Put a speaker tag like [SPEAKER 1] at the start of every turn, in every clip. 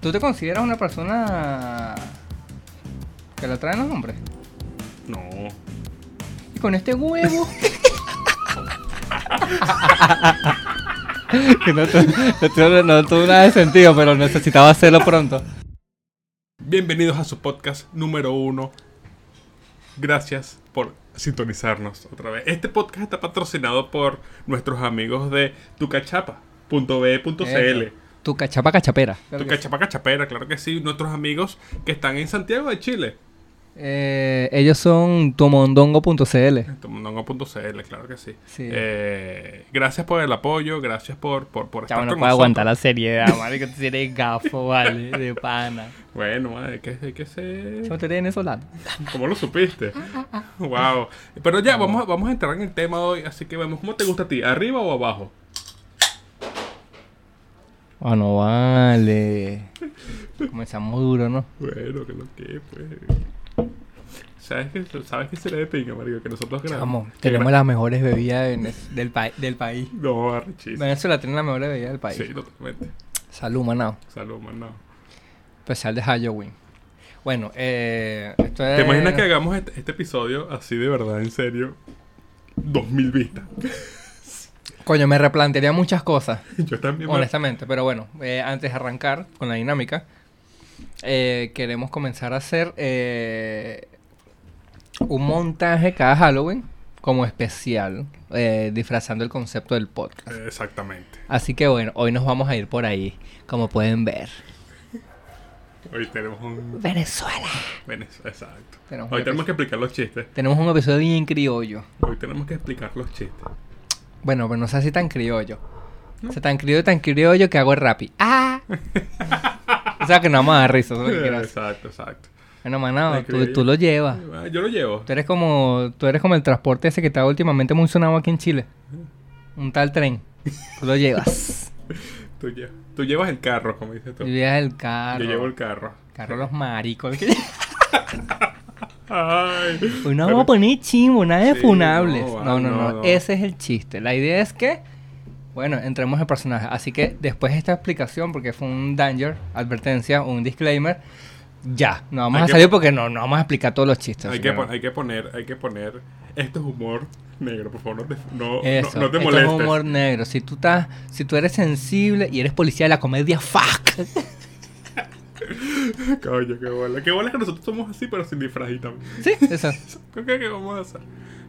[SPEAKER 1] ¿Tú te consideras una persona que la traen los hombres?
[SPEAKER 2] No.
[SPEAKER 1] Y con este huevo.
[SPEAKER 3] Que no, tu- no tuvo- no tuvo nada de sentido, pero necesitaba hacerlo pronto.
[SPEAKER 2] Bienvenidos a su podcast número uno. Gracias por sintonizarnos otra vez. Este podcast está patrocinado por nuestros amigos de tucachapa.be.cl.
[SPEAKER 3] Tu cachapa cachapera.
[SPEAKER 1] Claro que sí.
[SPEAKER 2] Tucachapa Cachapera, claro que sí. Nuestros amigos que están en Santiago de Chile.
[SPEAKER 3] Eh, ellos son tomondongo.cl.
[SPEAKER 2] Tomandongo.cl, claro que sí.
[SPEAKER 3] Sí.
[SPEAKER 2] Eh, gracias por el apoyo, gracias por, por, por estar
[SPEAKER 3] Chavo, no
[SPEAKER 2] con
[SPEAKER 3] puedo
[SPEAKER 2] nosotros.
[SPEAKER 3] aguantar la seriedad, marico. Tú eres gafo, vale, de pana.
[SPEAKER 2] Bueno, madre, que, que se...
[SPEAKER 3] Chavo, tú eres venezolano.
[SPEAKER 2] ¿Cómo lo supiste? wow. Pero ya, vamos, a- vamos a entrar en el tema hoy, así que vemos cómo te gusta a ti, arriba o abajo.
[SPEAKER 3] Ah, no vale. Comenzamos duro, ¿no?
[SPEAKER 2] Bueno, que lo que, pues. ¿Sabes que, sabes que se le de pinga, marico? Que nosotros grabamos.
[SPEAKER 3] Vamos,
[SPEAKER 2] que
[SPEAKER 3] tenemos
[SPEAKER 2] gra-
[SPEAKER 3] las mejores bebidas de Venez- del, pa- del país.
[SPEAKER 2] No, arrechísimo.
[SPEAKER 3] Venezuela tiene la mejor bebida del país.
[SPEAKER 2] Sí, totalmente.
[SPEAKER 3] Salud, Manao.
[SPEAKER 2] Salud, manado.
[SPEAKER 3] Especial de Halloween. Bueno, eh, esto es...
[SPEAKER 2] ¿Te imaginas que hagamos este, este episodio así de verdad, en serio? 2000 vistas.
[SPEAKER 3] Coño, me replantearía muchas cosas,
[SPEAKER 2] Yo también me-
[SPEAKER 3] honestamente. Pero bueno, eh, antes de arrancar con la dinámica, eh, queremos comenzar a hacer eh, un montaje cada Halloween como especial, eh, disfrazando el concepto del podcast.
[SPEAKER 2] Eh, Exactamente.
[SPEAKER 3] Así que bueno, hoy nos vamos a ir por ahí, como pueden ver.
[SPEAKER 2] Hoy tenemos un.
[SPEAKER 3] Venezuela.
[SPEAKER 2] Venezuela, Exacto.
[SPEAKER 3] Tenemos
[SPEAKER 2] Hoy
[SPEAKER 3] un
[SPEAKER 2] tenemos que explicar los chistes.
[SPEAKER 3] Tenemos un episodio bien criollo.
[SPEAKER 2] Hoy tenemos que explicar los chistes.
[SPEAKER 3] Bueno, pero no sé si tan criollo. O sea, tan criollo, tan criollo que hago el rapi. ¡Ah! o sea, que no vamos a dar risa. eso es lo que quiero decir.
[SPEAKER 2] Exacto, exacto.
[SPEAKER 3] Bueno, manado,
[SPEAKER 2] Tan
[SPEAKER 3] tú,
[SPEAKER 2] criollo.
[SPEAKER 3] tú lo llevas.
[SPEAKER 2] Ah, Yo lo llevo.
[SPEAKER 3] Tú eres como tú eres como el transporte ese que está últimamente muy sonado aquí en Chile. Un tal tren. Tú lo llevas.
[SPEAKER 2] Tú, lle- tú llevas el carro, como dices tú.
[SPEAKER 3] Tú llevas el carro.
[SPEAKER 2] Yo llevo el carro.
[SPEAKER 3] Carro los maricos.
[SPEAKER 2] Ay.
[SPEAKER 3] Hoy no
[SPEAKER 2] Pero-
[SPEAKER 3] vamos a poner chimbo, nada de
[SPEAKER 2] Sí,
[SPEAKER 3] funables.
[SPEAKER 2] no,
[SPEAKER 3] No,
[SPEAKER 2] va,
[SPEAKER 3] no, no,
[SPEAKER 2] no, no.
[SPEAKER 3] Ese es el chiste. La idea es que, bueno, entremos en personaje. Así que después de esta explicación, porque fue un danger, advertencia, un disclaimer, ya. No vamos
[SPEAKER 2] Hay
[SPEAKER 3] a
[SPEAKER 2] que-
[SPEAKER 3] salir porque no, no vamos a explicar todos los chistes.
[SPEAKER 2] hay,
[SPEAKER 3] así
[SPEAKER 2] que
[SPEAKER 3] que no.
[SPEAKER 2] pon- hay que poner, hay que poner. Esto es humor negro, por favor, no te, no,
[SPEAKER 3] Eso,
[SPEAKER 2] no- no
[SPEAKER 3] esto
[SPEAKER 2] te
[SPEAKER 3] es
[SPEAKER 2] molestes.
[SPEAKER 3] humor negro. Si tú estás, si tú eres sensible y eres policía de la comedia, fuck.
[SPEAKER 2] Coño, qué bola. Qué bola es que nosotros somos así, pero sin disfraz y también.
[SPEAKER 3] sí, eso.
[SPEAKER 2] ¿Qué, qué, qué vamos a hacer?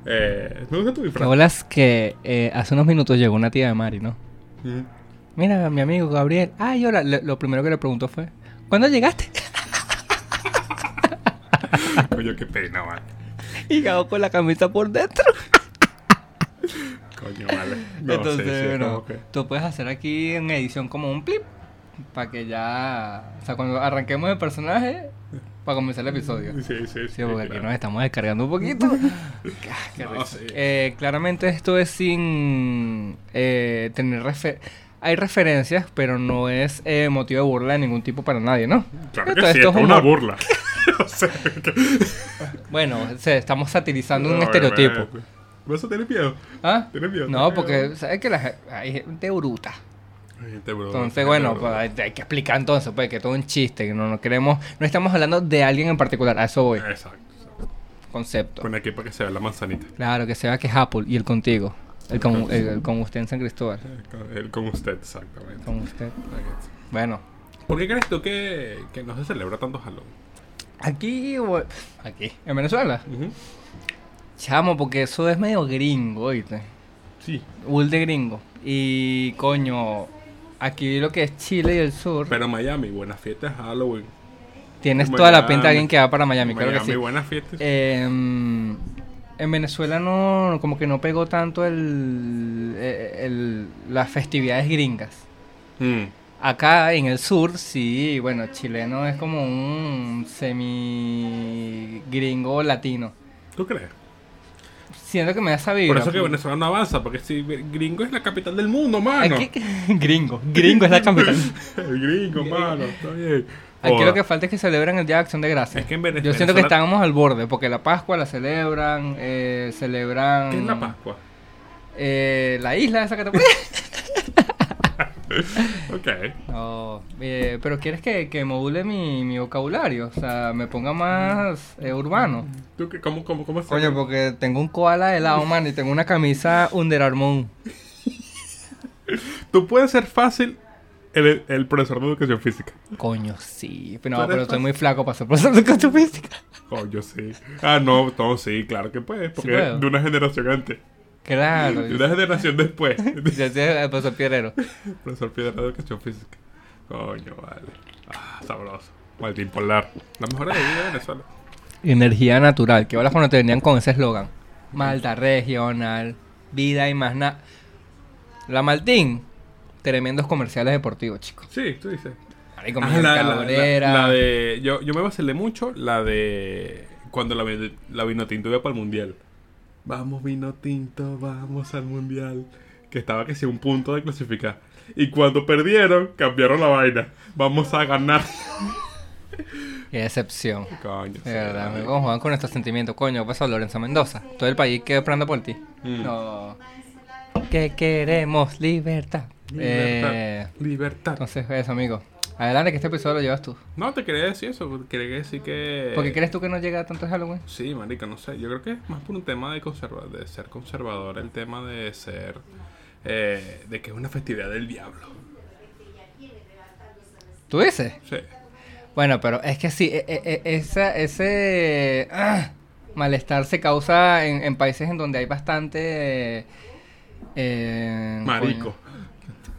[SPEAKER 2] Eh, me gusta tu
[SPEAKER 3] Qué
[SPEAKER 2] disfraz.
[SPEAKER 3] bolas que eh, hace unos minutos llegó una tía de Mari, ¿no?
[SPEAKER 2] Mm.
[SPEAKER 3] Mira, mi amigo Gabriel. Ay, hola. Le- lo primero que le preguntó fue, ¿cuándo llegaste?
[SPEAKER 2] Coño, qué pena, vale.
[SPEAKER 3] y cagó con la camisa por dentro.
[SPEAKER 2] Coño, vale. No,
[SPEAKER 3] Entonces,
[SPEAKER 2] sí, sí, es
[SPEAKER 3] bueno,
[SPEAKER 2] como que-
[SPEAKER 3] tú puedes hacer aquí en edición como un clip para que ya, o sea, cuando arranquemos el personaje, para comenzar el episodio.
[SPEAKER 2] Sí, sí, sí.
[SPEAKER 3] Sí, porque aquí
[SPEAKER 2] claro.
[SPEAKER 3] nos estamos descargando un poquito. Ah, qué
[SPEAKER 2] No,
[SPEAKER 3] risa.
[SPEAKER 2] sí.
[SPEAKER 3] Eh, claramente esto es sin eh, tener refer- hay referencias, pero no es eh, motivo de burla de ningún tipo para nadie, ¿no?
[SPEAKER 2] Claro que
[SPEAKER 3] Esto-
[SPEAKER 2] sí,
[SPEAKER 3] esto
[SPEAKER 2] esto
[SPEAKER 3] es
[SPEAKER 2] es una
[SPEAKER 3] humor.
[SPEAKER 2] burla. o sea, que-
[SPEAKER 3] Bueno, se- estamos satirizando un
[SPEAKER 2] No,
[SPEAKER 3] estereotipo.
[SPEAKER 2] obviamente. ¿Vas a tener miedo?
[SPEAKER 3] ¿Ah?
[SPEAKER 2] ¿Tienes miedo?
[SPEAKER 3] No, porque sabes que la ge- hay gente bruta.
[SPEAKER 2] Ay, gente, bro,
[SPEAKER 3] Entonces,
[SPEAKER 2] gente,
[SPEAKER 3] bueno,
[SPEAKER 2] bro.
[SPEAKER 3] pues, hay hay que explicar entonces, pues, que todo es un chiste, que no, no queremos, no estamos hablando de alguien en particular, a eso voy,
[SPEAKER 2] Exacto. exacto.
[SPEAKER 3] concepto.
[SPEAKER 2] Pon aquí para que se vea la manzanita.
[SPEAKER 3] Claro, que se vea que es Apple y el contigo, el con, el- el con usted en San Cristóbal,
[SPEAKER 2] Eh, Con, el- con usted, exactamente.
[SPEAKER 3] con usted. Bueno,
[SPEAKER 2] ¿Por qué crees tú que, que no se celebra tanto Halloween?
[SPEAKER 3] aquí, o- aquí, en Venezuela,
[SPEAKER 2] Ujú.
[SPEAKER 3] chamo, porque eso es medio gringo, oíste,
[SPEAKER 2] Sí.
[SPEAKER 3] bull de gringo, y coño, aquí lo que es Chile y el sur,
[SPEAKER 2] Pero Miami, buenas fiestas Halloween.
[SPEAKER 3] tienes
[SPEAKER 2] en
[SPEAKER 3] toda la
[SPEAKER 2] Miami.
[SPEAKER 3] pinta de alguien que va para Miami,
[SPEAKER 2] Miami,
[SPEAKER 3] claro que sí.
[SPEAKER 2] buenas fiestas.
[SPEAKER 3] Eh, en Venezuela no, como que no pegó tanto el, e, el- las festividades gringas. Eh.
[SPEAKER 2] Mm.
[SPEAKER 3] Acá en el sur, sí, bueno, chileno es como un semi gringo latino.
[SPEAKER 2] ¿Tú crees?
[SPEAKER 3] Siento que me da esa
[SPEAKER 2] Por
[SPEAKER 3] vibra.
[SPEAKER 2] eso que Venezuela no avanza, porque si gringo es la capital del mundo, mano.
[SPEAKER 3] Aquí, gringo, gringo es la capital.
[SPEAKER 2] El gringo, mano, está bien.
[SPEAKER 3] Aquí lo
[SPEAKER 2] Joda.
[SPEAKER 3] que falta es que celebran el Día de Acción de Gracias.
[SPEAKER 2] Es que en Vene-
[SPEAKER 3] Yo siento que
[SPEAKER 2] Venezuela-
[SPEAKER 3] estábamos al borde, porque la Pascua la celebran, eh, celebran...
[SPEAKER 2] ¿Qué es la Pascua?
[SPEAKER 3] Eh, la isla esa que te
[SPEAKER 2] ok.
[SPEAKER 3] No, eh, pero quieres que, que module mi, mi vocabulario, o sea, me ponga más eh, urbano.
[SPEAKER 2] ¿Tú qué, cómo, cómo, cómo se-
[SPEAKER 3] Coño, porque tengo un koala de lado, man, y tengo una camisa Under Armour.
[SPEAKER 2] Tú puedes ser fácil el, el profesor de educación física.
[SPEAKER 3] Coño, sí. Pero,
[SPEAKER 2] Tú
[SPEAKER 3] no,
[SPEAKER 2] eres
[SPEAKER 3] pero estoy muy flaco para ser profesor de educación física.
[SPEAKER 2] Coño, sí. Ah, no, no, sí, claro que puedes. Porque
[SPEAKER 3] puedo.
[SPEAKER 2] de una generación antes.
[SPEAKER 3] Claro.
[SPEAKER 2] De una generación después.
[SPEAKER 3] Yo soy el profesor Piedrero.
[SPEAKER 2] profesor Piedra de educación física. Coño, vale. Ah, sabroso. Martín Polar. La mejor de vida de Venezuela.
[SPEAKER 3] Energía natural. Que horas cuando te venían con ese eslogan. Malta regional, vida y más nada. La Maltín. Tremendos comerciales deportivos, chicos.
[SPEAKER 2] Sí, tú dices.
[SPEAKER 3] Marico,
[SPEAKER 2] Ah,
[SPEAKER 3] Miguel
[SPEAKER 2] la, la-
[SPEAKER 3] Cabrera.
[SPEAKER 2] la- la de. Yo, yo me vacilé mucho la de. Cuando la, vi- la vino tinto iba para el mundial. Vamos, vino tinto, vamos al mundial. Que estaba que sí, un punto de clasificar. Y cuando perdieron, cambiaron la vaina. Vamos a ganar.
[SPEAKER 3] Qué decepción.
[SPEAKER 2] Coño. sí,
[SPEAKER 3] De verdad, me
[SPEAKER 2] vale.
[SPEAKER 3] conjugan con nuestros sentimientos. Coño, pasó Lorenzo Mendoza. Todo el país que prenda por ti.
[SPEAKER 2] Mm.
[SPEAKER 3] No. Que queremos libertad.
[SPEAKER 2] Libertad.
[SPEAKER 3] Eh,
[SPEAKER 2] Libertad.
[SPEAKER 3] entonces, eso, amigo. Adelante, que este episodio lo llevas tú.
[SPEAKER 2] No, te quería decir eso. Quería decir que.
[SPEAKER 3] ¿Por qué crees tú que no llega tanto el Halloween?
[SPEAKER 2] Sí, marica, no sé. Yo creo que es más por un tema de conserva de ser conservador, el tema de ser. eh, de que es una festividad del diablo.
[SPEAKER 3] ¿Tú dices?
[SPEAKER 2] Sí.
[SPEAKER 3] Bueno, pero es que sí, e- e- e- esa- ese ah, malestar se causa en, en países en donde hay bastante... eh, coño.
[SPEAKER 2] Marico.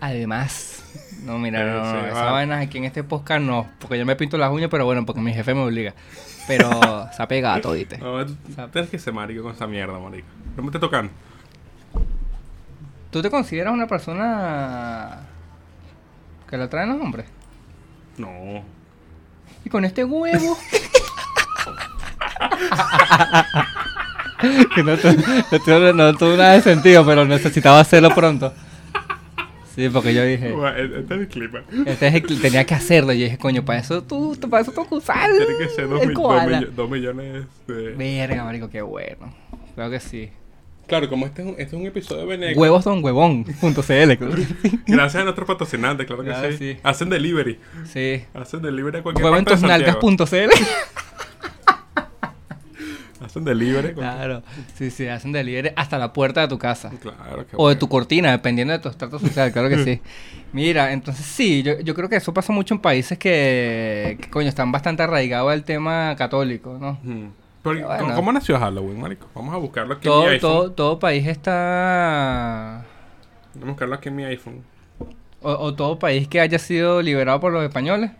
[SPEAKER 3] Además. No, mira, no, no,
[SPEAKER 2] Sí,
[SPEAKER 3] no,
[SPEAKER 2] va.
[SPEAKER 3] esas vainas aquí en este podcast no, porque yo me pinto las uñas, pero bueno, porque mi jefe me obliga. Pero se ha pegado, todo, ¿viste?
[SPEAKER 2] No, tú tú tienes que ser marico con esa mierda, marico. No me estés tocando.
[SPEAKER 3] ¿Tú te consideras una persona que la traen los hombres?
[SPEAKER 2] No.
[SPEAKER 3] Y con este huevo. que no, tu- no tuvo- no tuvo nada de sentido, pero necesitaba hacerlo pronto. Sí, porque yo dije,
[SPEAKER 2] Ua, e- Este es el clima.
[SPEAKER 3] este es el que tenía que hacerlo. Y yo dije, coño, para eso tú, para eso tú usar
[SPEAKER 2] Tiene que ser dos,
[SPEAKER 3] el
[SPEAKER 2] mi- dos
[SPEAKER 3] koala.
[SPEAKER 2] millo- dos millones de.
[SPEAKER 3] Verga, marico, qué bueno. Claro que sí.
[SPEAKER 2] Claro, como este es un, este es un episodio benéfico.
[SPEAKER 3] Huevos don huevón.cl. creo que sí.
[SPEAKER 2] Gracias a nuestros patrocinantes, claro que
[SPEAKER 3] Claro,
[SPEAKER 2] sí.
[SPEAKER 3] Ah, sí.
[SPEAKER 2] Hacen delivery.
[SPEAKER 3] Sí.
[SPEAKER 2] Hacen delivery a cualquier parte de Santiago.
[SPEAKER 3] Hueventosnalgas.cl.
[SPEAKER 2] Hacen delivery. a cualquier-
[SPEAKER 3] Claro. Sí, sí, hacen delivery hasta la puerta de tu casa.
[SPEAKER 2] Claro, que
[SPEAKER 3] O de tu cortina, dependiendo de tu estrato social, claro que sí. Mira, entonces sí, yo, yo creo que eso pasa mucho en países que, que, coño, están bastante arraigados al tema católico, ¿no?
[SPEAKER 2] Pero,
[SPEAKER 3] Hmm. Bueno.
[SPEAKER 2] ¿cómo- ¿Cómo nació Halloween, marico? Vamos a buscarlo aquí en mi
[SPEAKER 3] Todo,
[SPEAKER 2] iPhone.
[SPEAKER 3] todo, todo país está...
[SPEAKER 2] Vamos a buscarlo aquí en mi iPhone.
[SPEAKER 3] O, o todo país que haya sido liberado por los españoles.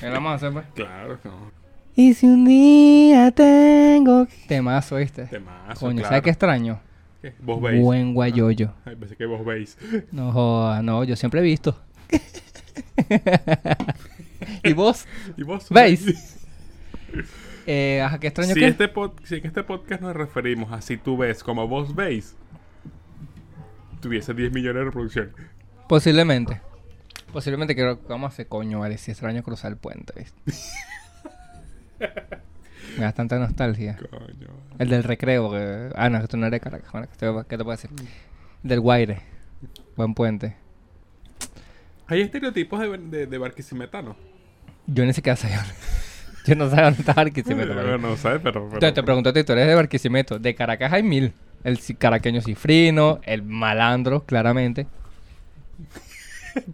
[SPEAKER 3] ¿Qué le vamos a hacer, pues?
[SPEAKER 2] Claro, no.
[SPEAKER 3] Y si un día tengo... Temazo, ¿viste?
[SPEAKER 2] Temazo,
[SPEAKER 3] Coño,
[SPEAKER 2] claro.
[SPEAKER 3] ¿sabes qué extraño?
[SPEAKER 2] ¿Qué? Vos veis. Ah.
[SPEAKER 3] Buen guayoyo.
[SPEAKER 2] Ay, pensé que vos veis.
[SPEAKER 3] No joda, no, yo siempre he visto. ¿Y vos?
[SPEAKER 2] ¿Y vos?
[SPEAKER 3] ¿Veis? Eh, ajá, qué extraño
[SPEAKER 2] Si,
[SPEAKER 3] que...
[SPEAKER 2] este pod- si en este podcast nos referimos a si tú ves como vos veis, tuviese 10 millones de reproducciones.
[SPEAKER 3] Posiblemente. Posiblemente creo que vamos a hacer coño, vale, si extraño cruzar el puente, ¿viste? Me da tanta nostalgia.
[SPEAKER 2] Coño.
[SPEAKER 3] El del recreo, que... Ah, no, que tú no eres de Caracas, bueno, ¿qué te, qué te puedo decir?
[SPEAKER 2] Mm.
[SPEAKER 3] Del Guaire. Buen puente.
[SPEAKER 2] Hay estereotipos de, de, de barquisimetano.
[SPEAKER 3] Yo ni siquiera sabía... Yo no sabía dónde estaba Barquisimeto.
[SPEAKER 2] Eh,
[SPEAKER 3] marico.
[SPEAKER 2] no sé, pero. pero-
[SPEAKER 3] Te, te pregunto, tú eres de Barquisimeto. De Caracas hay mil. El ci- caraqueño cifrino, el malandro, claramente.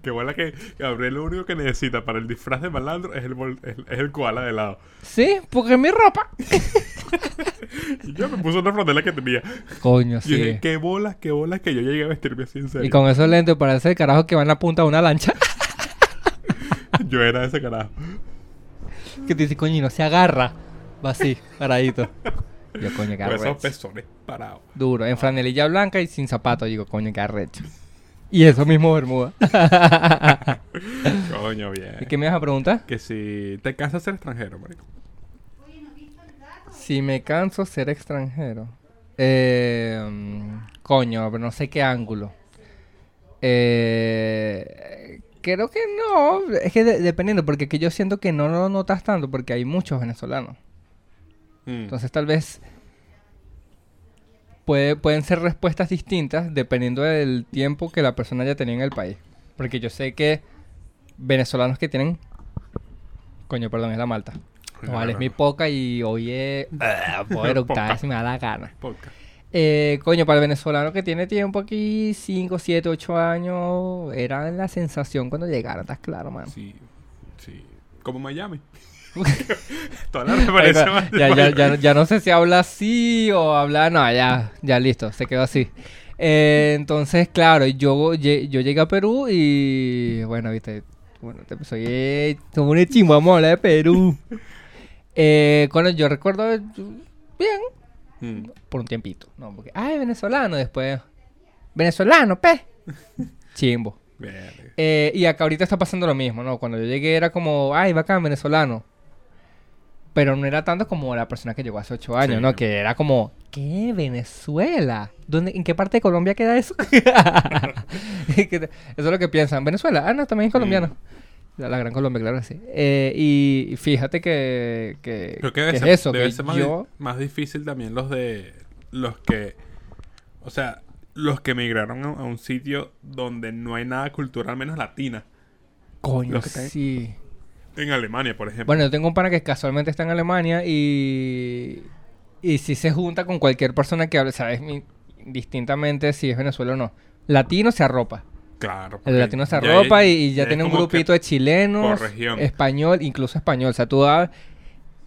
[SPEAKER 2] Que huela que Gabriel lo único que necesita para el disfraz de malandro es el, bol- es, es el koala de lado.
[SPEAKER 3] Sí, porque es mi ropa.
[SPEAKER 2] Y yo me puse una frontera que tenía.
[SPEAKER 3] Coño,
[SPEAKER 2] Y dije,
[SPEAKER 3] sí.
[SPEAKER 2] qué bolas, qué bolas que yo llegué a vestirme así en serio.
[SPEAKER 3] Y con esos lentes parece el carajo que va en la punta de una lancha.
[SPEAKER 2] Yo era ese carajo.
[SPEAKER 3] que te dice, coño, y no se agarra. Va así, paradito. Yo, coño, qué
[SPEAKER 2] Con esos
[SPEAKER 3] arrecho.
[SPEAKER 2] pezones parados.
[SPEAKER 3] Duro, en franelilla blanca y sin zapatos. Digo, coño, qué arrecho. Y eso mismo, Bermuda.
[SPEAKER 2] Coño, bien.
[SPEAKER 3] ¿Y qué me vas a preguntar?
[SPEAKER 2] Que si te cansas ser extranjero, marico.
[SPEAKER 3] Si me canso ser extranjero. Eh, mm, coño, pero no sé qué ángulo. Eh, creo que no. Es que de- dependiendo, porque que yo siento que no lo notas tanto porque hay muchos venezolanos.
[SPEAKER 2] Mm.
[SPEAKER 3] Entonces tal vez puede, pueden ser respuestas distintas dependiendo del tiempo que la persona ya tenía en el país. Porque yo sé que venezolanos que tienen. Coño, perdón, es la malta.
[SPEAKER 2] Claro.
[SPEAKER 3] Vale, es mi poca y oye. puedo eructar
[SPEAKER 2] Ah, Poca.
[SPEAKER 3] si me da la gana.
[SPEAKER 2] Poca.
[SPEAKER 3] Eh, coño, para el venezolano que tiene tiempo aquí, 5, 7, 8 años, era la sensación cuando llegaron, estás claro, mano.
[SPEAKER 2] Sí, sí. Como Miami. Toda la referencia.
[SPEAKER 3] Ahí va.
[SPEAKER 2] de
[SPEAKER 3] ya, ya,
[SPEAKER 2] Miami.
[SPEAKER 3] ya, ya no sé si habla así o habla. No, ya, ya listo, se quedó así. Eh, entonces, claro, yo, lle- yo llegué a Perú y bueno, viste, bueno, te soy eh, como una chimbamola de Perú. Eh, cuando yo recuerdo eh, bien,
[SPEAKER 2] Mm.
[SPEAKER 3] por un tiempito, ¿no? Porque, ay, venezolano, después, venezolano, pe. Chimbo.
[SPEAKER 2] Verga.
[SPEAKER 3] Eh, y acá ahorita está pasando lo mismo, ¿no? Cuando yo llegué era como, ay, bacán, venezolano. Pero no era tanto como la persona que llegó hace ocho años,
[SPEAKER 2] Sí.
[SPEAKER 3] ¿no? Que era como, ¿qué? ¿Venezuela? ¿Dónde, ¿En qué parte de Colombia queda eso? Y que te- eso es lo que piensan. ¿Venezuela? Ah, no, también es colombiano. La, la Gran Colombia, claro que sí. Eh, y, y fíjate que, que,
[SPEAKER 2] Creo que
[SPEAKER 3] que
[SPEAKER 2] debe
[SPEAKER 3] es
[SPEAKER 2] ser,
[SPEAKER 3] eso.
[SPEAKER 2] debe
[SPEAKER 3] que
[SPEAKER 2] ser más,
[SPEAKER 3] yo,
[SPEAKER 2] di- más difícil también los de. Los que. O sea, los que emigraron a, a un sitio donde no hay nada cultural menos latina.
[SPEAKER 3] coño,
[SPEAKER 2] lo que te-
[SPEAKER 3] sí.
[SPEAKER 2] En Alemania, por ejemplo.
[SPEAKER 3] Bueno, yo tengo un pana que casualmente está en Alemania y. Y si se junta con cualquier persona que hable, ¿sabes? Mi- Indistintamente si es Venezuela o no. Latino se arropa.
[SPEAKER 2] claro.
[SPEAKER 3] El
[SPEAKER 2] porque
[SPEAKER 3] latino se
[SPEAKER 2] ya
[SPEAKER 3] arropa
[SPEAKER 2] es-
[SPEAKER 3] y, y ya,
[SPEAKER 2] es
[SPEAKER 3] tiene un
[SPEAKER 2] como que-
[SPEAKER 3] grupito de chilenos,
[SPEAKER 2] por región.
[SPEAKER 3] español, incluso español. O sea, tú vas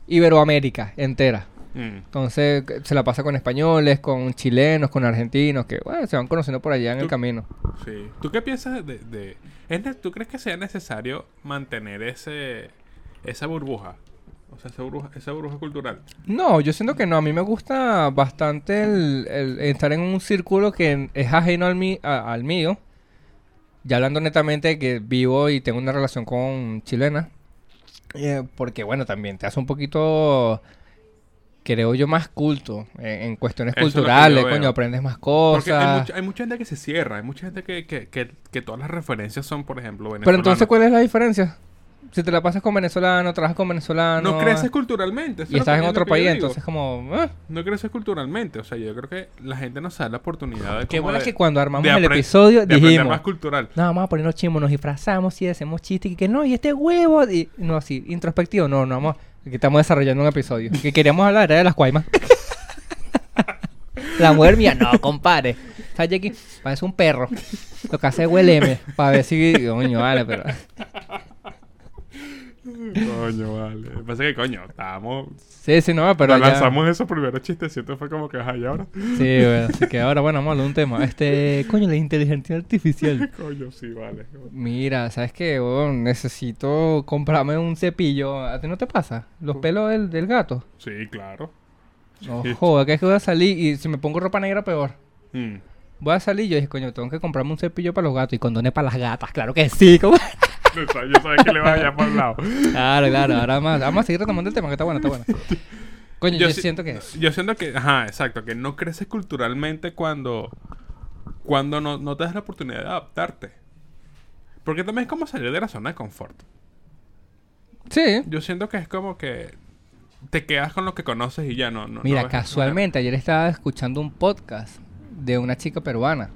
[SPEAKER 3] Iberoamérica entera.
[SPEAKER 2] Mm.
[SPEAKER 3] Entonces que- se la pasa con españoles, con chilenos, con argentinos, que bueno, se van conociendo por allá en el
[SPEAKER 2] Tú-
[SPEAKER 3] camino.
[SPEAKER 2] Sí. ¿Tú qué piensas de... de- es ne- ¿Tú crees que sea necesario mantener ese esa burbuja? O sea, esa burbuja, esa burbuja cultural.
[SPEAKER 3] No, yo siento que no. A mí me gusta bastante el, el estar en un círculo que es ajeno al, mí- a- al mío. Ya hablando netamente de que vivo y tengo una relación con chilena. Eh, porque, bueno, también te hace un poquito, creo yo, más culto eh, en cuestiones
[SPEAKER 2] Eso es lo que yo
[SPEAKER 3] culturales.
[SPEAKER 2] veo.
[SPEAKER 3] Coño, aprendes más
[SPEAKER 2] Porque hay,
[SPEAKER 3] cosas.
[SPEAKER 2] mucha, hay mucha gente que se cierra. Hay mucha gente que, que, que, que todas las referencias son, por ejemplo, venezolanas.
[SPEAKER 3] Pero entonces, ¿cuál es la diferencia? Si te la pasas con venezolano, trabajas con venezolano.
[SPEAKER 2] No creces culturalmente. eso
[SPEAKER 3] y
[SPEAKER 2] es lo que-
[SPEAKER 3] estás en
[SPEAKER 2] es lo
[SPEAKER 3] otro
[SPEAKER 2] que yo
[SPEAKER 3] país,
[SPEAKER 2] digo.
[SPEAKER 3] entonces como... ah.
[SPEAKER 2] No creces culturalmente. O sea, yo creo que la gente nos da la oportunidad de...
[SPEAKER 3] Qué
[SPEAKER 2] como
[SPEAKER 3] bueno es
[SPEAKER 2] de-
[SPEAKER 3] que cuando armamos
[SPEAKER 2] de
[SPEAKER 3] el
[SPEAKER 2] apre-
[SPEAKER 3] episodio
[SPEAKER 2] de aprender
[SPEAKER 3] dijimos...
[SPEAKER 2] más cultural.
[SPEAKER 3] No, vamos a ponernos chimbos, nos disfrazamos y hacemos chistes y que no, y este huevo. Y, no, así, introspectivo, no, no vamos. Que estamos desarrollando un episodio. Que queríamos hablar era de las cuaimas. La mujer mía, no, compadre. Sale aquí, parece un perro. Lo que hace es hueleme. Para ver si. Coño, vale, pero.
[SPEAKER 2] Coño, vale. Pasa que, coño, estábamos...
[SPEAKER 3] Sí, sí, no, pero.
[SPEAKER 2] Pero
[SPEAKER 3] ya-
[SPEAKER 2] lanzamos esos primeros chistecitos. Fue como que, ay, ahora...
[SPEAKER 3] Sí, bueno, así que ahora, bueno, vamos a hablar de un tema. Este. Coño, la inteligencia artificial.
[SPEAKER 2] Coño, sí, vale.
[SPEAKER 3] Mira, ¿sabes qué? huevón? necesito comprarme un cepillo. ¿A ti no te pasa? Los pelos del, del gato.
[SPEAKER 2] Sí, claro.
[SPEAKER 3] No
[SPEAKER 2] Sí.
[SPEAKER 3] joda, que es que voy a salir y si me pongo ropa negra peor.
[SPEAKER 2] Mm.
[SPEAKER 3] Voy a salir y yo dije, coño, tengo que comprarme un cepillo para los gatos y condones para las gatas. Claro que sí. como-
[SPEAKER 2] Yo sab- yo sabía que le vaya para un lado.
[SPEAKER 3] claro, claro. Ahora más. Vamos a seguir retomando el tema que está bueno, está bueno. Coño, yo,
[SPEAKER 2] sí-
[SPEAKER 3] siento que es.
[SPEAKER 2] Yo siento que, ajá, exacto, que no creces culturalmente cuando cuando no, no te das la oportunidad de adaptarte. Porque también es como salir de la zona de confort.
[SPEAKER 3] Sí.
[SPEAKER 2] Yo siento que es como que te quedas con lo que conoces y ya no. no
[SPEAKER 3] Mira,
[SPEAKER 2] no ves-
[SPEAKER 3] casualmente ayer estaba escuchando un podcast de una chica peruana.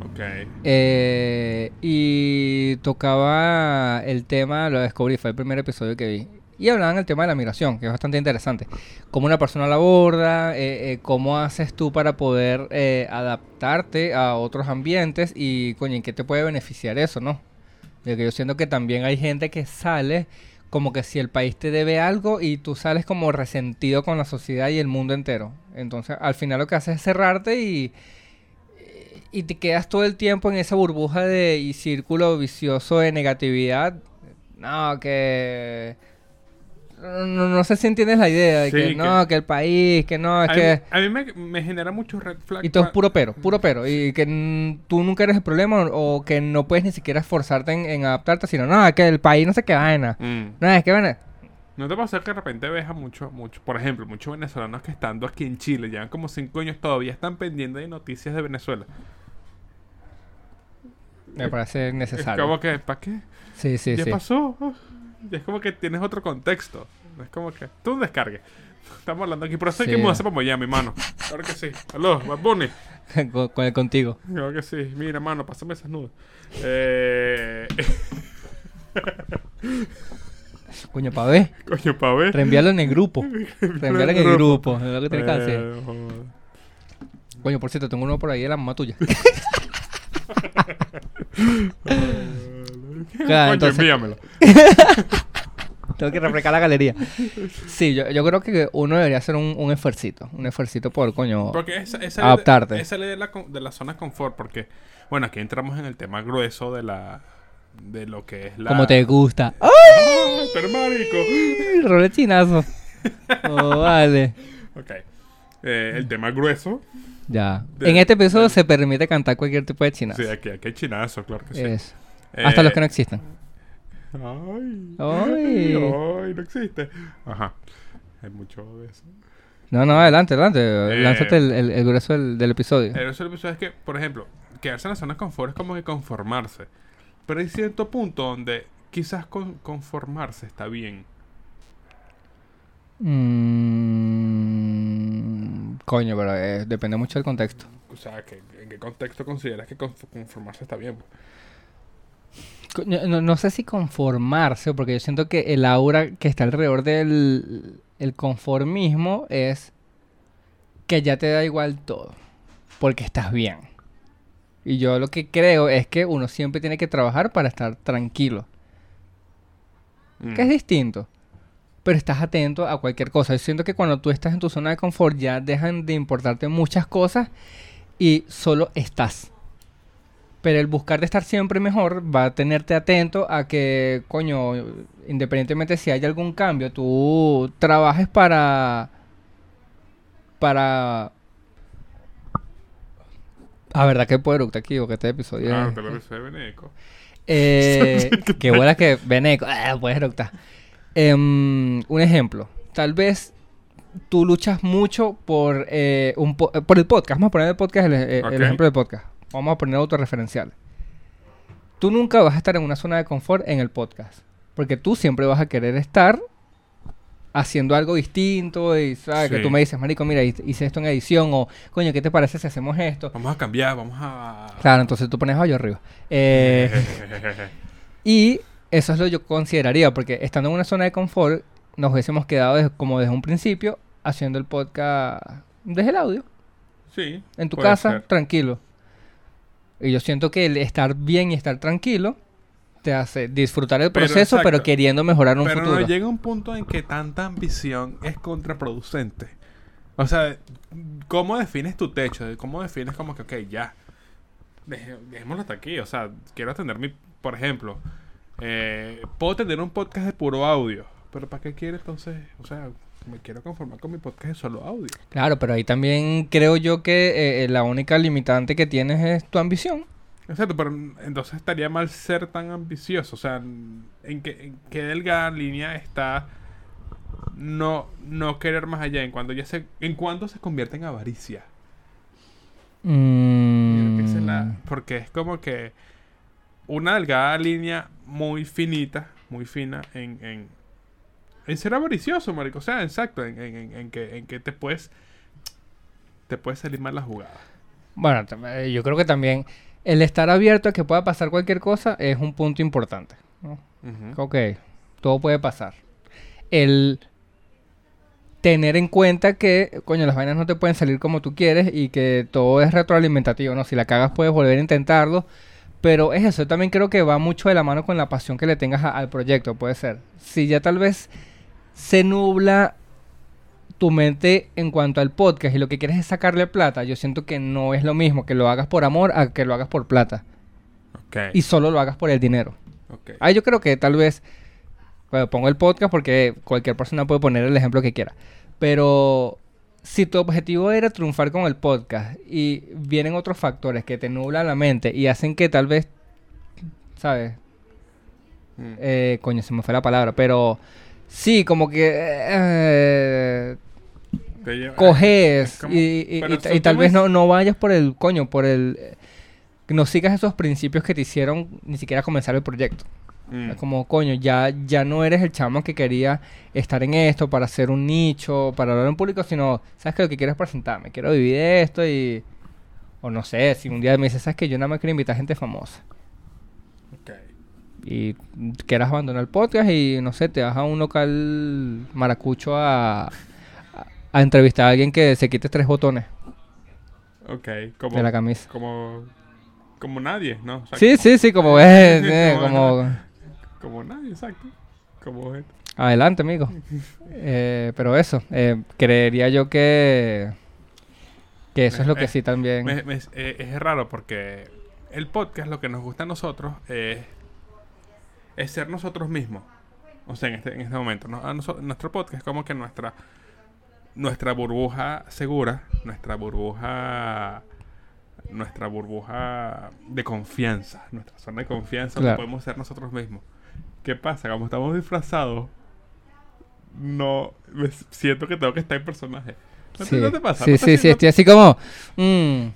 [SPEAKER 2] Ok.
[SPEAKER 3] Eh, y tocaba el tema, lo descubrí, fue el primer episodio que vi. Y hablaban el tema de la migración, que es bastante interesante. Cómo una persona la aborda, eh, eh, cómo haces tú para poder eh, adaptarte a otros ambientes y, coño, ¿en qué te puede beneficiar eso, no? De que yo siento que también hay gente que sale como que si el país te debe algo y tú sales como resentido con la sociedad y el mundo entero. Entonces, al final lo que haces es cerrarte y, y te quedas todo el tiempo en esa burbuja de y círculo vicioso de negatividad. No, que no, no- no sé si entiendes la idea de
[SPEAKER 2] Sí,
[SPEAKER 3] que,
[SPEAKER 2] que-
[SPEAKER 3] no, que el país, que no, es
[SPEAKER 2] a,
[SPEAKER 3] que
[SPEAKER 2] mí, a mí me, me genera mucho red flag.
[SPEAKER 3] y todo es
[SPEAKER 2] cua-
[SPEAKER 3] puro pero, puro pero. Y que mm, tú nunca eres el problema o o que no puedes ni siquiera esforzarte en, en adaptarte, sino, no, es que el país no sé qué vaina.
[SPEAKER 2] Mm.
[SPEAKER 3] No, es que vaina.
[SPEAKER 2] ¿No te pasa que de repente ves a muchos, mucho, por ejemplo, muchos venezolanos que estando aquí en Chile, llevan como cinco años, todavía están pendientes de noticias de Venezuela?
[SPEAKER 3] Me parece
[SPEAKER 2] Es como
[SPEAKER 3] necesario.
[SPEAKER 2] que, ¿para qué?
[SPEAKER 3] Sí, sí,
[SPEAKER 2] ya
[SPEAKER 3] sí.
[SPEAKER 2] pasó. Y es como que tienes otro contexto. Es como que tú un descargue. Estamos hablando aquí, pero eso hay
[SPEAKER 3] Sí.
[SPEAKER 2] que mudarse para Miami, mano. Claro que sí. Aló, Bad Bunny.
[SPEAKER 3] con, con el contigo.
[SPEAKER 2] Claro que sí. Mira, mano, pásame esas nubes. Eh...
[SPEAKER 3] Coño, pa' ver.
[SPEAKER 2] Coño, pa' ver.
[SPEAKER 3] Reenviarlo en el grupo. Reenviarlo en el grupo. Es lo que tienes que hacer.
[SPEAKER 2] Eh, joder.
[SPEAKER 3] Coño, por cierto, tengo uno por ahí de la mamá tuya.
[SPEAKER 2] Coño,
[SPEAKER 3] Claro, entonces-
[SPEAKER 2] envíamelo.
[SPEAKER 3] Tengo que refrescar la galería. Sí, yo, yo creo que uno debería hacer un, un esfuercito. Un esfuercito por, coño.
[SPEAKER 2] Porque esa, esa
[SPEAKER 3] Adaptarte.
[SPEAKER 2] Es salir de la, con- de la zona de confort, porque, bueno, aquí entramos en el tema grueso de la... De lo que es la...
[SPEAKER 3] Como te gusta.
[SPEAKER 2] ¡Ah, pero marico!
[SPEAKER 3] ¡Ay! Rolechinazo. Oh, vale.
[SPEAKER 2] Ok. Eh, el tema grueso.
[SPEAKER 3] Ya.
[SPEAKER 2] De-
[SPEAKER 3] en este episodio se permite cantar cualquier tipo de chinazo.
[SPEAKER 2] Sí, aquí, aquí hay chinazo, claro que sí.
[SPEAKER 3] Eso.
[SPEAKER 2] Eh,
[SPEAKER 3] Hasta los que no existen.
[SPEAKER 2] Ay,
[SPEAKER 3] Ay.
[SPEAKER 2] ay, no existe. Ajá. Hay mucho de eso.
[SPEAKER 3] No, no, adelante, adelante.
[SPEAKER 2] Eh,
[SPEAKER 3] Lánzate el, el- el grueso del, del episodio.
[SPEAKER 2] El otro episodio es que, por ejemplo, quedarse en la zona de confort es como que conformarse. Pero hay cierto punto donde quizás con- conformarse está bien.
[SPEAKER 3] Mm, coño, pero eh, depende mucho del contexto.
[SPEAKER 2] O sea, que, ¿en qué contexto consideras que conf- conformarse está bien? pues?
[SPEAKER 3] Coño, No, no sé si conformarse, porque yo siento que el aura que está alrededor del el conformismo es que ya te da igual todo, porque estás bien. Y yo lo que creo es que uno siempre tiene que trabajar para estar tranquilo, que es
[SPEAKER 2] Mm.
[SPEAKER 3] distinto, pero estás atento a cualquier cosa. Yo siento que cuando tú estás en tu zona de confort ya dejan de importarte muchas cosas y solo estás. Pero el buscar de estar siempre mejor va a tenerte atento a que, coño, independientemente si hay algún cambio, tú trabajes para. para. Ah, verdad que producto aquí o que este episodio.
[SPEAKER 2] Claro,
[SPEAKER 3] es-
[SPEAKER 2] Ah, te lo dice Beneco.
[SPEAKER 3] eh, qué buena que Beneco. Ah, pues eructa. Em, un ejemplo. Tal vez tú luchas mucho por, eh, un po- eh, por el podcast. Vamos a poner el podcast, el, eh, el
[SPEAKER 2] Ok.
[SPEAKER 3] ejemplo del podcast. Vamos a poner autorreferencial. Tú nunca vas a estar en una zona de confort en el podcast. Porque tú siempre vas a querer estar haciendo algo distinto. Y sabes que
[SPEAKER 2] Sí.
[SPEAKER 3] tú me dices, Marico, mira, hice hice esto en edición. O, coño, ¿qué te parece si hacemos esto?
[SPEAKER 2] Vamos a cambiar, vamos a...
[SPEAKER 3] Claro, entonces tú pones a yo arriba. Eh, y eso es lo que yo consideraría, porque estando en una zona de confort, nos hubiésemos quedado desde- como desde un principio haciendo el podcast desde el audio,
[SPEAKER 2] sí.
[SPEAKER 3] en tu
[SPEAKER 2] puede
[SPEAKER 3] casa,
[SPEAKER 2] ser.
[SPEAKER 3] tranquilo. Y yo siento que el estar bien y estar tranquilo te hace disfrutar el
[SPEAKER 2] Pero,
[SPEAKER 3] proceso, pero,
[SPEAKER 2] exacto.
[SPEAKER 3] queriendo mejorar un
[SPEAKER 2] Pero
[SPEAKER 3] futuro.
[SPEAKER 2] no llega un punto en que tanta ambición es contraproducente. O sea, ¿cómo defines tu techo? ¿Cómo defines como que, ok, ya? Deje- Dejémoslo hasta aquí. O sea, quiero atender mi... Por ejemplo, eh, puedo tener un podcast de puro audio. Pero ¿para qué quiero entonces? O sea, me quiero conformar con mi podcast de solo audio.
[SPEAKER 3] Claro, pero ahí también creo yo que eh, eh, la única limitante que tienes es tu ambición.
[SPEAKER 2] Exacto, pero entonces estaría mal ser tan ambicioso. O sea, ¿en qué, en qué delgada línea está no, no querer más allá? ¿En cuando ya se, en cuándo se convierte en avaricia? Yo creo que esa es la-
[SPEAKER 3] Mm.
[SPEAKER 2] porque es como que una delgada línea muy finita, muy fina en, en, en ser avaricioso, marico. O sea, exacto, en, en- en- en que, en que te puedes te puedes salir mal la jugada.
[SPEAKER 3] Bueno, tam- eh, yo creo que también el estar abierto a que pueda pasar cualquier cosa es un punto importante. ¿no?
[SPEAKER 2] Ujú.
[SPEAKER 3] Ok, todo puede pasar. El tener en cuenta que, coño, las vainas no te pueden salir como tú quieres y que todo es retroalimentativo, ¿no? Si la cagas puedes volver a intentarlo. Pero es eso, yo también creo que va mucho de la mano con la pasión que le tengas a- al proyecto, puede ser. Si ya tal vez se nubla tu mente en cuanto al podcast y lo que quieres es sacarle plata, yo siento que no es lo mismo que lo hagas por amor a que lo hagas por plata.
[SPEAKER 2] Ok,
[SPEAKER 3] Y solo lo hagas por el dinero.
[SPEAKER 2] ok.
[SPEAKER 3] Ah, yo creo que tal vez. bueno, pongo el podcast porque cualquier persona puede poner el ejemplo que quiera. Pero si tu objetivo era triunfar con el podcast y vienen otros factores que te nublan la mente y hacen que tal vez. ¿Sabes?
[SPEAKER 2] Mm.
[SPEAKER 3] Eh, coño, se me fue la palabra, pero. Sí, como que. eh,
[SPEAKER 2] Te lleva-
[SPEAKER 3] coges
[SPEAKER 2] Es como-
[SPEAKER 3] y, y-
[SPEAKER 2] pero
[SPEAKER 3] y ta-
[SPEAKER 2] son
[SPEAKER 3] y tal vez
[SPEAKER 2] temas-
[SPEAKER 3] no, no vayas por el coño, por el... eh, No sigas esos principios que te hicieron ni siquiera comenzar el proyecto.
[SPEAKER 2] Mm.
[SPEAKER 3] Es como, coño, ya, ya no eres el chamo que quería estar en esto para hacer un nicho, para hablar en público, sino, ¿sabes que Lo que quiero es presentarme, quiero vivir de esto y... O no sé, si un día me dices, ¿sabes que Yo nada más quiero invitar gente famosa.
[SPEAKER 2] Ok.
[SPEAKER 3] Y quieras abandonar el podcast y, no sé, te vas a un local maracucho a, a, a entrevistar a alguien que se quite tres botones
[SPEAKER 2] Ok. Como,
[SPEAKER 3] de la camisa.
[SPEAKER 2] como, como nadie, ¿no? O sea,
[SPEAKER 3] Sí,
[SPEAKER 2] como-
[SPEAKER 3] sí, sí, como es, eh,
[SPEAKER 2] Como-
[SPEAKER 3] como...
[SPEAKER 2] Como nadie, exacto. Como gente.
[SPEAKER 3] Adelante, amigo. Eh, pero eso, eh, creería yo que, que eso es lo que sí también.
[SPEAKER 2] Eh, Me- me- es, eh, es raro porque el podcast lo que nos gusta a nosotros es, es ser nosotros mismos. O sea, en este, en este momento. ¿no? A noso- nuestro podcast es como que nuestra, nuestra burbuja segura, nuestra burbuja nuestra burbuja de confianza, nuestra zona de confianza donde
[SPEAKER 3] Claro.
[SPEAKER 2] podemos ser nosotros mismos. ¿Qué pasa? Como estamos disfrazados, no me siento que tengo que estar en personaje. ¿No, te-
[SPEAKER 3] Sí,
[SPEAKER 2] no te pasa?
[SPEAKER 3] sí,
[SPEAKER 2] ¿No te
[SPEAKER 3] sí, sí, estoy
[SPEAKER 2] sientes-
[SPEAKER 3] así como... mm,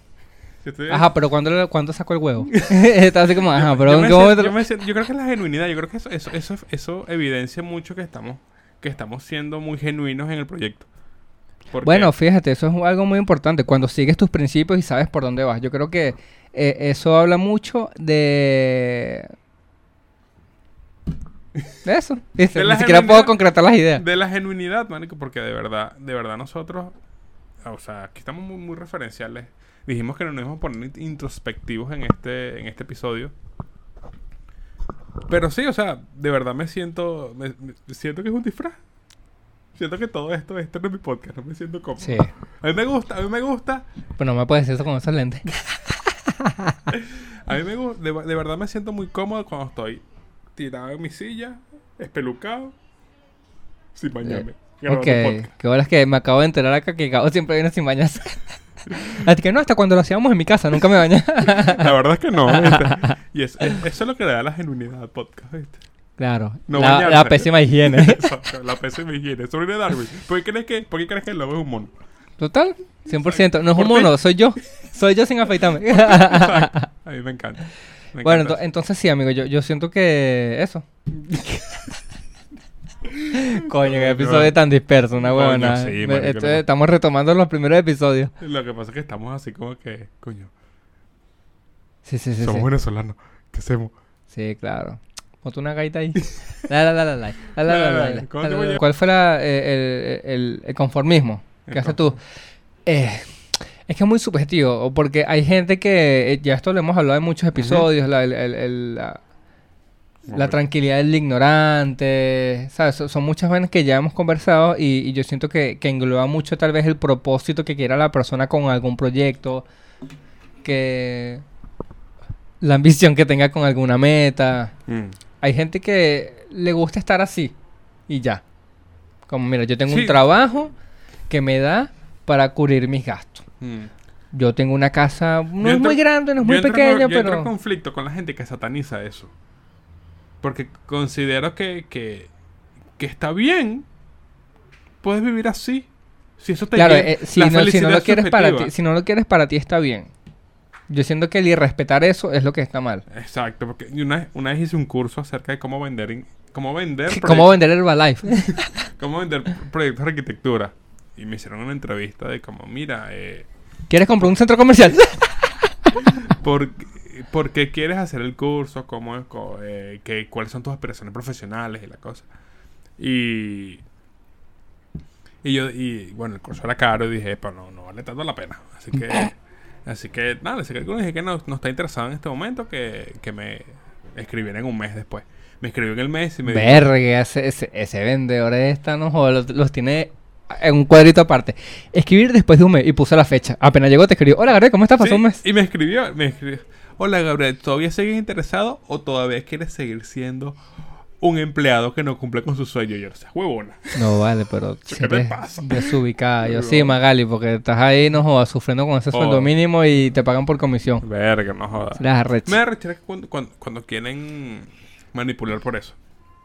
[SPEAKER 2] si estoy-
[SPEAKER 3] ajá, pero ¿cuándo, le- ¿cuándo sacó el huevo? Estaba así como, ajá, pero
[SPEAKER 2] yo,
[SPEAKER 3] ¿en
[SPEAKER 2] me
[SPEAKER 3] qué
[SPEAKER 2] siento-
[SPEAKER 3] momento?
[SPEAKER 2] yo me siento- yo creo que es la genuinidad, yo creo que eso, eso, eso, eso evidencia mucho que estamos, que estamos siendo muy genuinos en el proyecto. Porque-
[SPEAKER 3] Bueno, fíjate, eso es algo muy importante, cuando sigues tus principios y sabes por dónde vas. Yo creo que eh, eso habla mucho de... De eso. ¿viste?
[SPEAKER 2] De la
[SPEAKER 3] Ni siquiera puedo
[SPEAKER 2] genuinidad-
[SPEAKER 3] concretar las ideas.
[SPEAKER 2] de la genuinidad, marico, porque de verdad, de verdad nosotros, ah, o sea, aquí estamos muy, muy referenciales. Dijimos que no nos íbamos a poner int- introspectivos en este, en este episodio. Pero sí, o sea, de verdad me siento, me, me- siento que es un disfraz. Siento que todo esto, este no es mi podcast, no me siento cómodo.
[SPEAKER 3] Sí,
[SPEAKER 2] A mí me gusta, a mí me gusta
[SPEAKER 3] pero no me puedes decir eso con esos lentes.
[SPEAKER 2] A mí me gusta, de, de verdad me siento muy cómodo cuando estoy tirado en mi silla, espelucado, sin bañarme. grabando
[SPEAKER 3] Eh, Ok,
[SPEAKER 2] podcast.
[SPEAKER 3] qué bolas que me acabo de enterar acá que Gabo siempre viene sin bañarse. Así que no, hasta cuando lo hacíamos en mi casa, nunca me bañaba.
[SPEAKER 2] La verdad es que no. ¿viste? Y es- es- eso es lo que le da la genuinidad al podcast, ¿viste?
[SPEAKER 3] claro,
[SPEAKER 2] No
[SPEAKER 3] la,
[SPEAKER 2] bañarse.
[SPEAKER 3] la pésima higiene.
[SPEAKER 2] Exacto, la pésima higiene. Sobre de Darwin. ¿Por qué crees que, por qué crees que el lobo es un mono?
[SPEAKER 3] Total, 100%. No es un
[SPEAKER 2] ¿Por ti?
[SPEAKER 3] mono, soy yo. Soy yo sin afeitarme.
[SPEAKER 2] Exacto. A mí me encanta. Me
[SPEAKER 3] bueno,
[SPEAKER 2] encanta
[SPEAKER 3] ento- entonces sí, amigo, yo, yo siento que eso. Coño, qué episodio tan disperso, una
[SPEAKER 2] Coño,
[SPEAKER 3] huevona.
[SPEAKER 2] sí,
[SPEAKER 3] Me-
[SPEAKER 2] marico,
[SPEAKER 3] esto-
[SPEAKER 2] no.
[SPEAKER 3] Estamos retomando los primeros episodios.
[SPEAKER 2] eso. Lo que pasa es que estamos así como que, coño,
[SPEAKER 3] Sí, sí, sí.
[SPEAKER 2] somos
[SPEAKER 3] sí.
[SPEAKER 2] venezolanos. ¿Qué hacemos?
[SPEAKER 3] Sí, claro. Ponte una gaita ahí. La, la, la, la, la. La, la, la, la, la,
[SPEAKER 2] ¿Cómo te
[SPEAKER 3] la,
[SPEAKER 2] voy
[SPEAKER 3] la.
[SPEAKER 2] a-
[SPEAKER 3] ¿Cuál fue la, eh, el, el- el conformismo? ¿Qué haces tú? Eh, es que es muy subjetivo, o porque hay gente que, eh, ya esto lo hemos hablado en muchos episodios, la, el- el- el- la, la tranquilidad del ignorante, ¿sabes? Son, son muchas vainas que ya hemos conversado y, y yo siento que, que engloba mucho tal vez el propósito que quiera la persona con algún proyecto, que la ambición que tenga con alguna meta.
[SPEAKER 2] Mm.
[SPEAKER 3] Hay gente que le gusta estar así y ya. Como, mira, yo tengo
[SPEAKER 2] Sí.
[SPEAKER 3] un trabajo que me da para cubrir mis gastos.
[SPEAKER 2] Mm.
[SPEAKER 3] Yo tengo una casa, no
[SPEAKER 2] Yo
[SPEAKER 3] es
[SPEAKER 2] entro-
[SPEAKER 3] muy grande, no es
[SPEAKER 2] yo
[SPEAKER 3] muy
[SPEAKER 2] entro en-
[SPEAKER 3] pequeña,
[SPEAKER 2] yo entro
[SPEAKER 3] pero...
[SPEAKER 2] en conflicto con la gente que sataniza eso. Porque considero que, que, que está bien. Puedes vivir así. Si eso te
[SPEAKER 3] Claro,
[SPEAKER 2] llena-
[SPEAKER 3] eh, si,
[SPEAKER 2] la
[SPEAKER 3] no, si no
[SPEAKER 2] felicidad
[SPEAKER 3] lo
[SPEAKER 2] es
[SPEAKER 3] quieres para ti,
[SPEAKER 2] subjetiva.
[SPEAKER 3] si no lo quieres para ti está bien. Yo siento que el irrespetar eso es lo que está mal.
[SPEAKER 2] Exacto, porque yo una vez, una vez hice un curso acerca de cómo vender. in- Cómo vender,
[SPEAKER 3] ¿Cómo
[SPEAKER 2] proyectos-
[SPEAKER 3] vender Herbalife?
[SPEAKER 2] cómo vender proyectos de arquitectura. Y me hicieron una entrevista de como, mira, eh,
[SPEAKER 3] ¿Quieres comprar un centro comercial?
[SPEAKER 2] ¿Por, por qué quieres hacer el curso? ¿Cómo es? Co- eh, qué- ¿Cuáles son tus aspiraciones profesionales y la cosa? Y. Y yo, y bueno, el curso era caro y dije, pero no, no vale tanto la pena. Así que. así que, nada, le saqué el curso y dije que no, no está interesado en este momento, que, que me escribiera en un mes después. Me escribió en el mes y me dijo,
[SPEAKER 3] Verga, ese, ese, ese vendedor está no joder, los, los tiene en un cuadrito aparte. Escribir después de un mes y puse la fecha. Apenas llegó te escribió, hola Gabriel, ¿cómo estás? Pasó
[SPEAKER 2] Sí,
[SPEAKER 3] un mes.
[SPEAKER 2] Y me escribió, me escribió, hola Gabriel, ¿todavía sigues interesado o todavía quieres seguir siendo un empleado que no cumple con su sueño? Y yo, no seas huevona.
[SPEAKER 3] No vale, pero
[SPEAKER 2] ¿Qué
[SPEAKER 3] siempre
[SPEAKER 2] te pasa?
[SPEAKER 3] desubicada. Yo
[SPEAKER 2] No.
[SPEAKER 3] sí, Magali, porque estás ahí no jodas, sufriendo con ese
[SPEAKER 2] Oh.
[SPEAKER 3] sueldo mínimo y te pagan por comisión.
[SPEAKER 2] Verga, no jodas.
[SPEAKER 3] Las arrechas.
[SPEAKER 2] Me da rechera cuando, cuando, cuando quieren manipular por eso.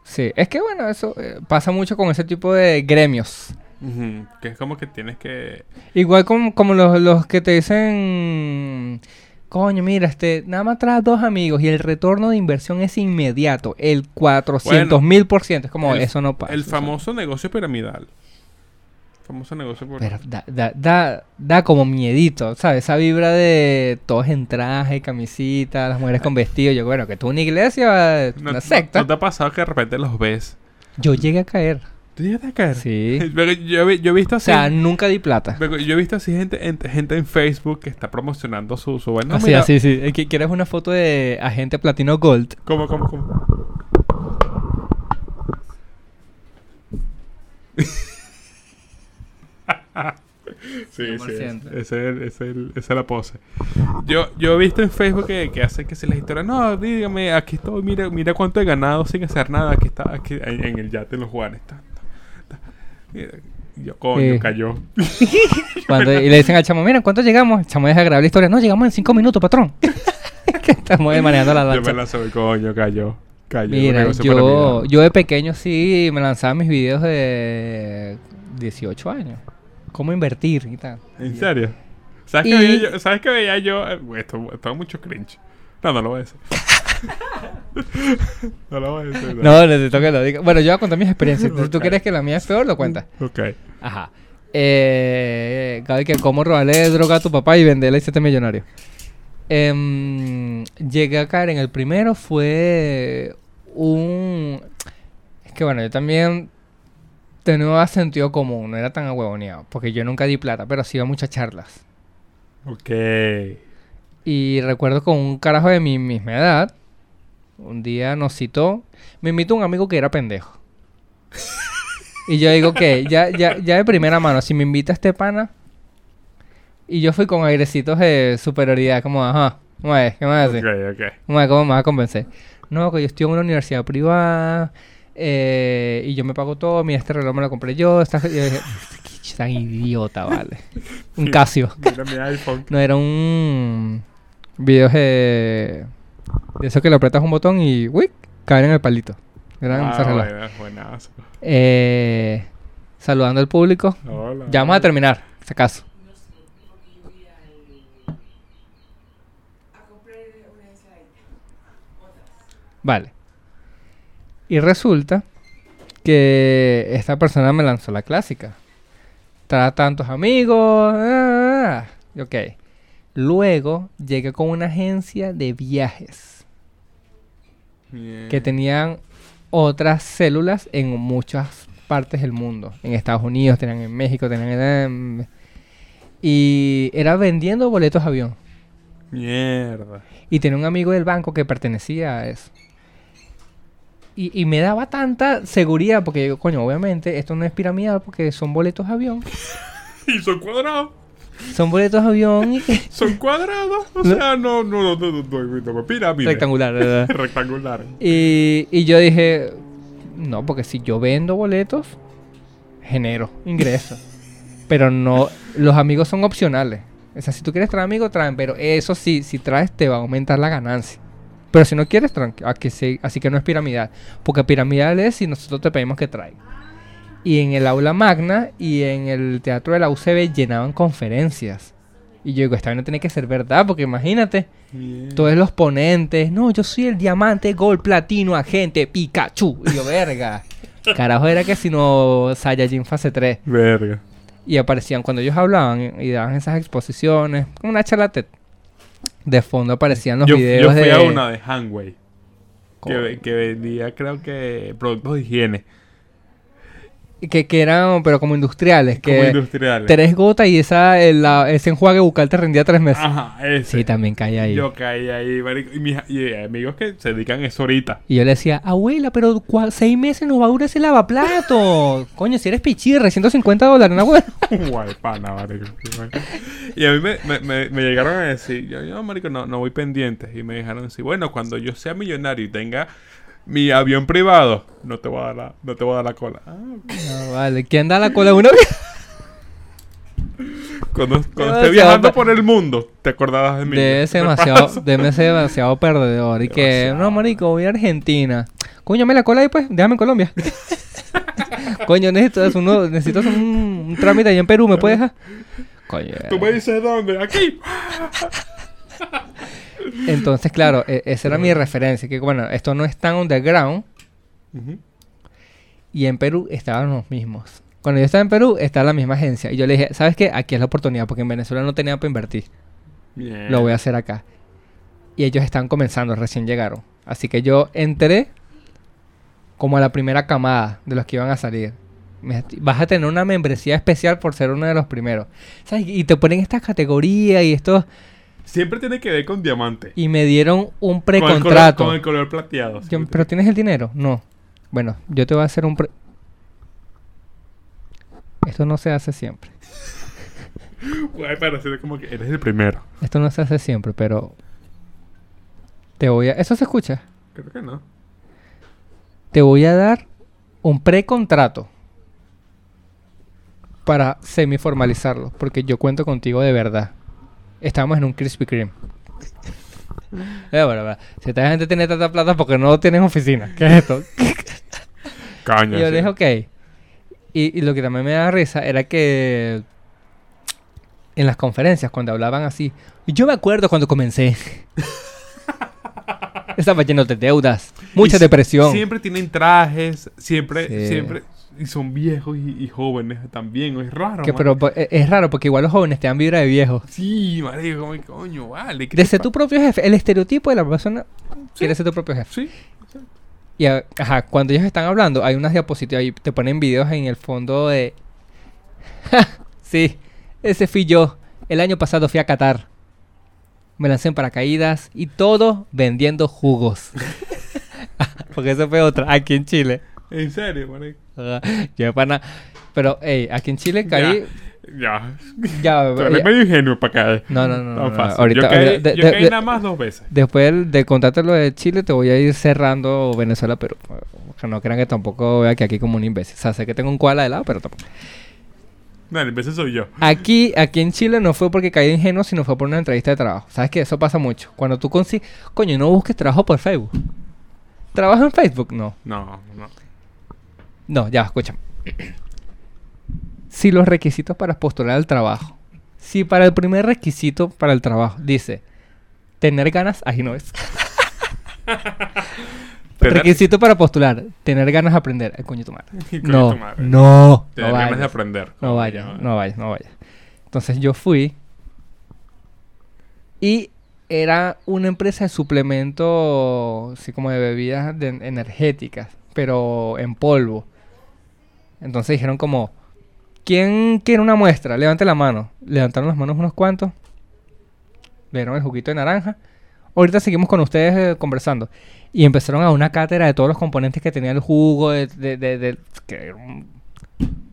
[SPEAKER 3] Sí, es que bueno, eso eh, pasa mucho con ese tipo de gremios.
[SPEAKER 2] Ujú, Que es como que tienes que...
[SPEAKER 3] Igual como, como los, los que te dicen, Coño, mira, este, nada más traes dos amigos y el retorno de inversión es inmediato, el 400 mil por ciento. Es como,
[SPEAKER 2] El-
[SPEAKER 3] eso no pasa.
[SPEAKER 2] El
[SPEAKER 3] o sea.
[SPEAKER 2] famoso negocio piramidal. Famoso negocio por-
[SPEAKER 3] Pero da, da, da, da como miedito, ¿sabes? Esa vibra de todos en traje, camisita, las mujeres con vestido. Yo, bueno, que tú una iglesia,
[SPEAKER 2] ¿No,
[SPEAKER 3] una secta.
[SPEAKER 2] no te ha pasado que de repente los ves?
[SPEAKER 3] Yo llegué a caer.
[SPEAKER 2] ¿Te llegaste a caer?
[SPEAKER 3] Sí.
[SPEAKER 2] Pero Yo, vi- yo he visto
[SPEAKER 3] O
[SPEAKER 2] así.
[SPEAKER 3] sea, nunca di plata.
[SPEAKER 2] pero Yo he visto así gente en, gente en Facebook que está promocionando su, su vaina. No,
[SPEAKER 3] así,
[SPEAKER 2] mira,
[SPEAKER 3] así, sí. Eh, ¿qui- ¿Quieres una foto de agente platino gold?
[SPEAKER 2] ¿Cómo, cómo, cómo? sí, sí.
[SPEAKER 3] 100%.
[SPEAKER 2] Ese, es el- ese es el- esa es la pose. Yo, yo he visto en Facebook que, que hacen que se las historias. No, dígame, aquí estoy, mira, mira cuánto he ganado sin hacer nada. Aquí está, aquí, en, en el yate en los Juanes. Ta, ta, ta. Mira, Yo, coño,
[SPEAKER 3] Sí.
[SPEAKER 2] cayó.
[SPEAKER 3] Cuando, y le dicen al chamo, mira, ¿cuánto llegamos? El chamo deja de grabar la historia. No, llegamos en cinco minutos, patrón. que estamos ahí manejando la
[SPEAKER 2] Yo me
[SPEAKER 3] lancha.
[SPEAKER 2] la soy, coño, cayó. Cayó.
[SPEAKER 3] Mira,
[SPEAKER 2] negocio para
[SPEAKER 3] yo,
[SPEAKER 2] mí.
[SPEAKER 3] yo de pequeño sí me lanzaba mis videos de 18 años. Cómo invertir y tal.
[SPEAKER 2] ¿En serio? ¿Sabes, qué
[SPEAKER 3] Y-
[SPEAKER 2] veía yo, ¿Sabes qué veía yo? Eh, güey, Esto, esto es mucho cringe. No, no lo voy a decir. no lo voy a decir.
[SPEAKER 3] No, necesito que lo diga. Bueno, yo voy a contar mis experiencias. Si tú
[SPEAKER 2] Ok.
[SPEAKER 3] crees que la mía es peor, lo cuentas.
[SPEAKER 2] Ok.
[SPEAKER 3] Ajá. Eh, cada vez que cómo robarle droga a tu papá y venderle y siete millonarios. Em, llegué a caer en el primero fue un... Es que bueno, yo también tenía sentido común, no era tan ahuevoneado, porque yo nunca di plata, pero sí iba a muchas charlas.
[SPEAKER 2] Ok.
[SPEAKER 3] Y recuerdo con un carajo de mi misma edad, un día nos citó, me invitó un amigo que era pendejo. y yo digo que ya, ya, ya de primera mano, si me invita este pana, y yo fui con airecitos de superioridad, como, ajá, ¿cómo es? ¿Qué me vas a decir?
[SPEAKER 2] Ok, ok.
[SPEAKER 3] Como, ¿Cómo me vas a convencer? No, que yo estoy en una universidad privada eh, y yo me pago todo. Mira, este reloj me lo compré yo. Esta... y yo dije, "Qué tan idiota, vale. Un
[SPEAKER 2] Sí.
[SPEAKER 3] Casio.
[SPEAKER 2] Mira mi iPhone.
[SPEAKER 3] No, era un video de, de eso que le apretas un botón y uy, caen en el palito. Eran esos
[SPEAKER 2] Ah,
[SPEAKER 3] relojes.
[SPEAKER 2] buenas, buenas.
[SPEAKER 3] Eh, saludando al público.
[SPEAKER 2] Hola.
[SPEAKER 3] Ya vamos a terminar, si acaso. Vale. Y resulta que esta persona me lanzó la clásica. Trae tantos amigos. ah, ah, ah. Ok. Luego llegué con una agencia de viajes
[SPEAKER 2] Bien.
[SPEAKER 3] que tenían otras células en muchas partes del mundo. En Estados Unidos, tenían en México, tenían en... Y era vendiendo boletos de avión.
[SPEAKER 2] Mierda.
[SPEAKER 3] Y tenía un amigo del banco que pertenecía a eso. Y, y me daba tanta seguridad, porque digo, coño, obviamente esto no es piramidal porque son boletos de avión.
[SPEAKER 2] Y son cuadrados.
[SPEAKER 3] Son boletos de avión y-
[SPEAKER 2] Son cuadrados. O sea, no, no, no, no, no, no, no, no, pirámide.
[SPEAKER 3] rectangular. ¿verdad?
[SPEAKER 2] Rectangular.
[SPEAKER 3] Y, y yo dije, no, porque si yo vendo boletos, genero ingresos. Pero no, los amigos son opcionales. O sea, si tú quieres traer amigos, traen. Pero eso sí, si traes, te va a aumentar la ganancia. Pero si no quieres, tranqui- a que se- así que no es piramidal. Porque piramidal es si nosotros te pedimos que traigas. Y en el aula magna y en el teatro de la UCB llenaban conferencias. Y yo digo, esta no tiene que ser verdad, porque imagínate.
[SPEAKER 2] Bien.
[SPEAKER 3] Todos los ponentes. No, yo soy el diamante, gol, platino, agente, Pikachu. Y yo, verga. Carajo, era que si no Saiyajin fase 3.
[SPEAKER 2] Verga.
[SPEAKER 3] Y aparecían cuando ellos hablaban y daban esas exposiciones. Como una charla TED. De fondo aparecían los
[SPEAKER 2] Yo,
[SPEAKER 3] videos
[SPEAKER 2] yo fui
[SPEAKER 3] de.
[SPEAKER 2] a una de Hanway.
[SPEAKER 3] Co-
[SPEAKER 2] Que, ve- que vendía, creo que, productos de higiene.
[SPEAKER 3] que, que eran, pero como industriales.
[SPEAKER 2] Como
[SPEAKER 3] Que
[SPEAKER 2] industriales.
[SPEAKER 3] tres gotas y esa, el- la- ese enjuague bucal te rendía tres meses.
[SPEAKER 2] Ajá, ese.
[SPEAKER 3] sí, también caía ahí.
[SPEAKER 2] Ah, Yo caí ahí, marico. Y, mis, y amigos que se dedican a eso ahorita.
[SPEAKER 3] Y yo le decía, abuela, pero cua- seis meses nos va a durar ese lavaplato. Coño, si eres pichirre, 150 dólares, una abuela.
[SPEAKER 2] Guay, pana, marico. Y a mí me, me- me- me llegaron a decir, yo, yo, marico, no, no voy pendientes. Y me dejaron decir, bueno, cuando yo sea millonario y tenga mi avión privado, no te voy a dar la, no te voy a dar la cola. Ah, ok.
[SPEAKER 3] No, vale, ¿quién da la cola a uno?
[SPEAKER 2] Cuando, cuando esté
[SPEAKER 3] Demasiado
[SPEAKER 2] viajando
[SPEAKER 3] pa-
[SPEAKER 2] por el mundo, te acordarás de mí.
[SPEAKER 3] Debe ser demasiado, debe ser demasiado perdedor. Y que,
[SPEAKER 2] Demasiado.
[SPEAKER 3] no, marico, voy a Argentina. Coño, me la cola ahí, pues, déjame en Colombia. Coño, necesito, hacer uno- necesito hacer un, un trámite allá en Perú, ¿me puedes dejar? Coño.
[SPEAKER 2] Tú me dices dónde, aquí.
[SPEAKER 3] Entonces, claro, e- esa era mi referencia. Que bueno, esto no es tan underground.
[SPEAKER 2] Ujú.
[SPEAKER 3] Y en Perú estaban los mismos. Cuando yo estaba en Perú, estaba la misma agencia. Y yo le dije, ¿sabes qué? Aquí es la oportunidad, porque en Venezuela no tenía para invertir.
[SPEAKER 2] Bien.
[SPEAKER 3] Lo voy a hacer acá. Y ellos están comenzando, recién llegaron. Así que yo entré como a la primera camada de los que iban a salir. Me- Vas a tener una membresía especial por ser uno de los primeros. ¿Sabes? Y te ponen estas categorías y estos.
[SPEAKER 2] Siempre tiene que ver con diamante.
[SPEAKER 3] Y me dieron un
[SPEAKER 2] Con el color-
[SPEAKER 3] precontrato.
[SPEAKER 2] Con el color plateado.
[SPEAKER 3] Yo,
[SPEAKER 2] siempre
[SPEAKER 3] ¿Pero tienes el dinero? No. Bueno, yo te voy a hacer un... pre- Esto no se hace siempre.
[SPEAKER 2] tiene- Güey, parece como que eres el primero.
[SPEAKER 3] Esto no se hace siempre, pero... Te voy a... ¿Eso se escucha?
[SPEAKER 2] Creo que no.
[SPEAKER 3] Te voy a dar un precontrato para semiformalizarlo, porque yo cuento contigo de verdad. Estamos en un Krispy Kreme. Eh, bueno, bueno, Si esta gente tiene tanta plata, porque no tienen oficina. ¿Qué es esto?
[SPEAKER 2] Caño.
[SPEAKER 3] Y yo
[SPEAKER 2] sí.
[SPEAKER 3] le dije, ok. Y, y lo que también me da risa era que en las conferencias, cuando hablaban así, yo me acuerdo cuando comencé. Estaba lleno de deudas, mucha
[SPEAKER 2] Y si-
[SPEAKER 3] depresión.
[SPEAKER 2] Siempre tienen trajes, siempre,
[SPEAKER 3] Sí.
[SPEAKER 2] siempre. Y son viejos y, y jóvenes también. Es raro.
[SPEAKER 3] Que,
[SPEAKER 2] man.
[SPEAKER 3] pero po- e- es raro porque igual los jóvenes te dan vibra de viejo.
[SPEAKER 2] Sí, marico, como que, coño, vale. ¿qué te
[SPEAKER 3] Desde
[SPEAKER 2] pa-
[SPEAKER 3] tu propio jefe, el estereotipo de la persona quiere ser tu propio jefe.
[SPEAKER 2] Sí.
[SPEAKER 3] Y a- ajá, cuando ellos están hablando, hay unas diapositivas y te ponen videos en el fondo de. sí, ese fui yo. El año pasado fui a Qatar. Me lancé en paracaídas y todo vendiendo jugos. Porque eso fue otra, aquí en Chile.
[SPEAKER 2] En serio, marico.
[SPEAKER 3] Ajá, Yo de pana. Pero, hey, aquí en Chile caí.
[SPEAKER 2] Ya.
[SPEAKER 3] Ya,
[SPEAKER 2] Tú eres
[SPEAKER 3] ya-
[SPEAKER 2] medio ingenuo para caer.
[SPEAKER 3] No, no, no, no,
[SPEAKER 2] Tan
[SPEAKER 3] no,
[SPEAKER 2] fácil.
[SPEAKER 3] ahorita-
[SPEAKER 2] yo caí,
[SPEAKER 3] de-
[SPEAKER 2] yo
[SPEAKER 3] de-
[SPEAKER 2] caí
[SPEAKER 3] de-
[SPEAKER 2] nada más dos veces.
[SPEAKER 3] Después de contarte lo de Chile, te voy a ir cerrando Venezuela, pero que no crean que tampoco vea que aquí como un imbécil. O sea, sé que tengo un koala de lado, pero tampoco.
[SPEAKER 2] No, el imbécil soy yo.
[SPEAKER 3] Aquí, aquí en Chile no fue porque caí ingenuo, sino fue por una entrevista de trabajo. ¿Sabes que Eso pasa mucho. Cuando tú consigues... Coño, no busques trabajo por Facebook. ¿Trabajo en Facebook? No.
[SPEAKER 2] No, no.
[SPEAKER 3] No, ya, escucha. si los requisitos para postular al trabajo. Si para el primer requisito para el trabajo dice... Tener ganas... Ahí no es.
[SPEAKER 2] Tener-
[SPEAKER 3] Requisito para postular. Tener ganas de aprender. Ay, coño tu madre.
[SPEAKER 2] Coño, tu
[SPEAKER 3] No,
[SPEAKER 2] madre.
[SPEAKER 3] no,
[SPEAKER 2] Te
[SPEAKER 3] no
[SPEAKER 2] dan ganas de
[SPEAKER 3] vayas,
[SPEAKER 2] aprender.
[SPEAKER 3] no vayas, no vayas, no vayas. Entonces yo fui y era una empresa de suplementos, así como de bebidas de- energéticas, pero en polvo. Entonces dijeron como, ¿quién quiere una muestra? Levante la mano. Levantaron las manos unos cuantos, le dieron el juguito de naranja. Ahorita seguimos con ustedes eh, conversando. Y empezaron a una cátedra de todos los componentes que tenía el jugo, de... de- de- de- que era un-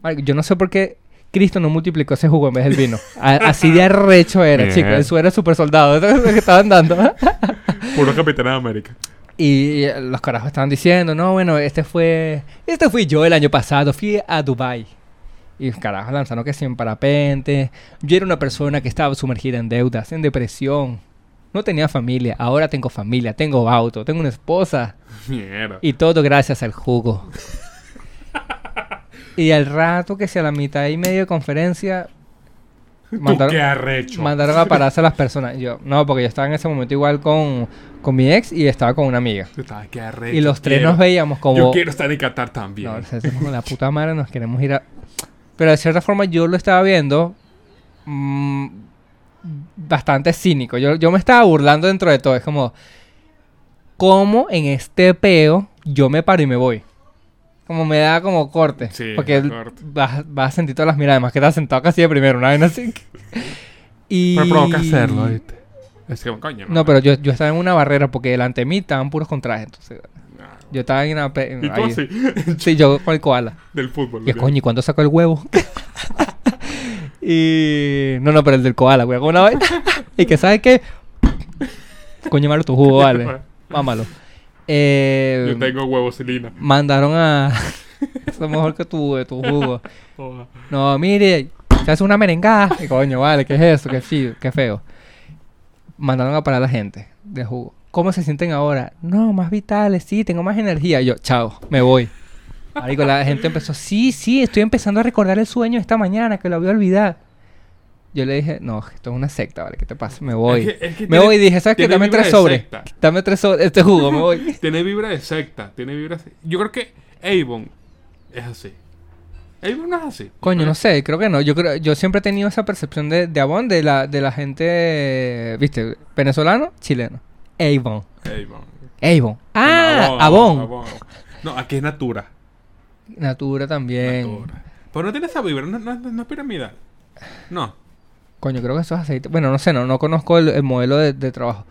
[SPEAKER 3] Marico, Yo no sé por qué Cristo no multiplicó ese jugo en vez del vino. A- así de arrecho era,
[SPEAKER 2] Bien.
[SPEAKER 3] chicos. Eso era super soldado. Eso es lo que estaban dando. ¿ah?
[SPEAKER 2] Puro Capitán de América.
[SPEAKER 3] Y eh, los carajos estaban diciendo, no, bueno, este fue... Este fui yo el año pasado. Fui a Dubai Y los carajos lanzaron que sin parapente. Yo era una persona que estaba sumergida en deudas, en depresión. No tenía familia. Ahora tengo familia, tengo auto, tengo una esposa.
[SPEAKER 2] Mierda.
[SPEAKER 3] Y todo gracias al jugo. y al rato que sea la mitad y medio de conferencia,
[SPEAKER 2] ¿Tú qué
[SPEAKER 3] mandaron,
[SPEAKER 2] arrecho?
[SPEAKER 3] mandaron a pararse a las personas. Yo, no, porque yo estaba en ese momento igual con, con mi ex y estaba con una amiga.
[SPEAKER 2] Tú estabas, qué arrecho.
[SPEAKER 3] Y los tres
[SPEAKER 2] quiero.
[SPEAKER 3] nos veíamos como...
[SPEAKER 2] Yo quiero estar en Qatar también.
[SPEAKER 3] No, o sea, somos la puta madre, nos queremos ir a... Pero de cierta forma yo lo estaba viendo mm, bastante cínico. Yo, yo me estaba burlando dentro de todo. Es como, ¿cómo en este peo yo me paro y me voy? Como me da como corte.
[SPEAKER 2] Sí,
[SPEAKER 3] porque
[SPEAKER 2] da corte.
[SPEAKER 3] vas, vas a sentir todas las miradas. Además que estás sentado casi de primero, una vez así. Y...
[SPEAKER 2] Me provoca hacerlo, ¿viste? Es que, coño,
[SPEAKER 3] No, pero yo, yo estaba en una barrera porque delante de mí estaban puros contrajes. Entonces,
[SPEAKER 2] Ah.
[SPEAKER 3] yo estaba en una... pe-
[SPEAKER 2] Y tú
[SPEAKER 3] ahí.
[SPEAKER 2] así,
[SPEAKER 3] Sí, yo con el koala.
[SPEAKER 2] del fútbol.
[SPEAKER 3] ¿Qué
[SPEAKER 2] ¿no?
[SPEAKER 3] coño? ¿Y cuándo sacó el huevo? y. No, no, pero el del koala, güey. ¿Cómo una vaina? y que sabes qué. Coño, malo tu jugo, vale. Mámalo. Eh,
[SPEAKER 2] Yo tengo huevos Selina.
[SPEAKER 3] Mandaron a. Eso es mejor que tu, de tu jugo.
[SPEAKER 2] Joda.
[SPEAKER 3] No, mire, se hace una merengada. Y coño, vale, ¿qué es eso? Qué feo, qué feo. Mandaron a parar a la gente de jugo. ¿Cómo se sienten ahora? No, más vitales, sí, tengo más energía. Y yo, chao, me voy. Marico, la gente empezó, sí, sí, estoy empezando a recordar el sueño de esta mañana, que lo voy a olvidar. Yo le dije, no, esto es una secta, ¿vale? ¿Qué te pasa? Me voy. me voy y dije, ¿sabes qué? Dame tres sobres. Dame tres sobres. Este jugo, me voy.
[SPEAKER 2] Tiene vibra de secta. Tiene vibra de- Yo creo que Avon es así. Avon no es así.
[SPEAKER 3] Coño, no sé, creo que no. Yo creo, yo siempre he tenido esa percepción de, de Avon, de la, de la gente, viste, venezolano, chileno. Avon.
[SPEAKER 2] Avon.
[SPEAKER 3] Avon. Ah,
[SPEAKER 2] Avon,
[SPEAKER 3] Avon.
[SPEAKER 2] Avon. No, aquí es Natura.
[SPEAKER 3] Natura también.
[SPEAKER 2] Natura. Pero no tiene esa vibra. No, no- no es piramidal. No.
[SPEAKER 3] Coño, creo que eso es aceite. Bueno, no sé, no, no conozco el, el modelo de, de trabajo.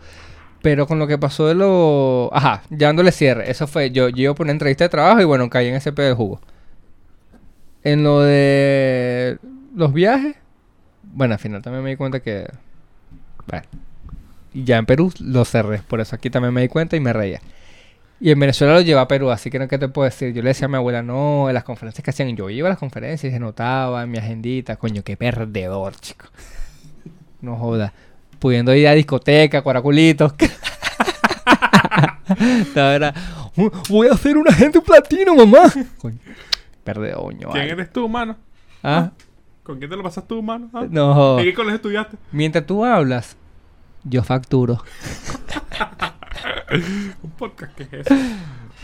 [SPEAKER 3] Pero con lo que pasó de lo... Ajá, ya dándole cierre. Eso fue, yo, yo iba por una entrevista de trabajo y bueno, caí en ese pedo de jugo. En lo de los viajes, bueno, al final también me di cuenta que... Bueno, y ya en Perú lo cerré, por eso aquí también me di cuenta y me reía. Y en Venezuela lo llevé a Perú, así que no, ¿qué te puedo decir? Yo le decía a mi abuela, no, en las conferencias que hacían, yo iba a las conferencias y se notaba en mi agendita, coño, qué perdedor, chico. No joda. Pudiendo ir a discoteca, cuaraculitos. La verdad, "Uh, voy a hacer un agente platino, mamá. Coño, perdedoño.
[SPEAKER 2] ¿Quién
[SPEAKER 3] vale.
[SPEAKER 2] eres tú, humano?
[SPEAKER 3] ¿Ah?
[SPEAKER 2] ¿Con quién te lo pasas tú, humano? ¿Ah?
[SPEAKER 3] No joda.
[SPEAKER 2] ¿En qué colegio estudiaste?
[SPEAKER 3] Mientras tú hablas, yo facturo.
[SPEAKER 2] Un podcast que es eso.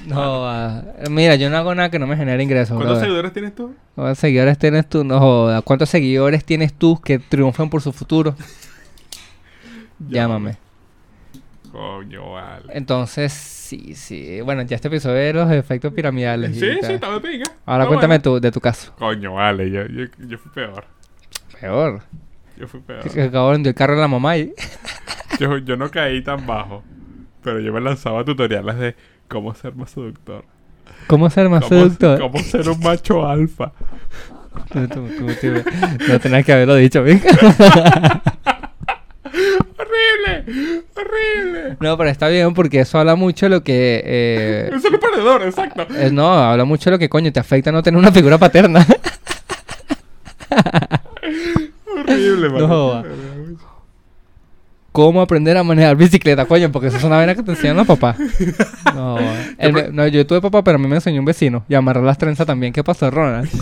[SPEAKER 3] No, ah, mira, yo no hago nada que no me genere ingresos.
[SPEAKER 2] ¿Cuántos
[SPEAKER 3] brother.
[SPEAKER 2] seguidores tienes tú?
[SPEAKER 3] ¿Cuántos seguidores tienes tú? No joda. ¿Cuántos seguidores tienes tú que triunfan por su futuro? Llámame.
[SPEAKER 2] Coño, vale.
[SPEAKER 3] Entonces, sí, sí. Bueno, ya este episodio de los efectos piramidales. y
[SPEAKER 2] Sí,
[SPEAKER 3] tal.
[SPEAKER 2] sí, está de pinga.
[SPEAKER 3] Ahora
[SPEAKER 2] Está
[SPEAKER 3] cuéntame
[SPEAKER 2] bueno.
[SPEAKER 3] tú, de tu caso.
[SPEAKER 2] Coño, vale, yo, yo, yo fui peor.
[SPEAKER 3] Peor.
[SPEAKER 2] Yo fui peor.
[SPEAKER 3] Que que acabó vendió el carro de la mamá y...
[SPEAKER 2] Yo, yo no caí tan bajo, pero yo me lanzaba tutoriales de cómo ser más seductor.
[SPEAKER 3] ¿Cómo ser más
[SPEAKER 2] Cómo,
[SPEAKER 3] seductor?
[SPEAKER 2] cómo ser un macho alfa.
[SPEAKER 3] Tú- tú- tú- tú- no tenías que haberlo dicho, mija.
[SPEAKER 2] ¡Horrible! ¡Horrible!
[SPEAKER 3] No, pero está bien porque eso habla mucho de lo que... eh,
[SPEAKER 2] Es un perdedor, exacto.
[SPEAKER 3] eh, no, habla mucho de lo que coño te afecta no tener una figura paterna.
[SPEAKER 2] Horrible,
[SPEAKER 3] No joda.
[SPEAKER 2] man.
[SPEAKER 3] ¿Cómo aprender a manejar bicicleta, coño? Porque eso es una vaina que te enseñan los papás. No, el ve- no, yo tuve papá, pero a mí me enseñó un vecino. Y amarrar las trenzas también. ¿Qué pasó, Ronald?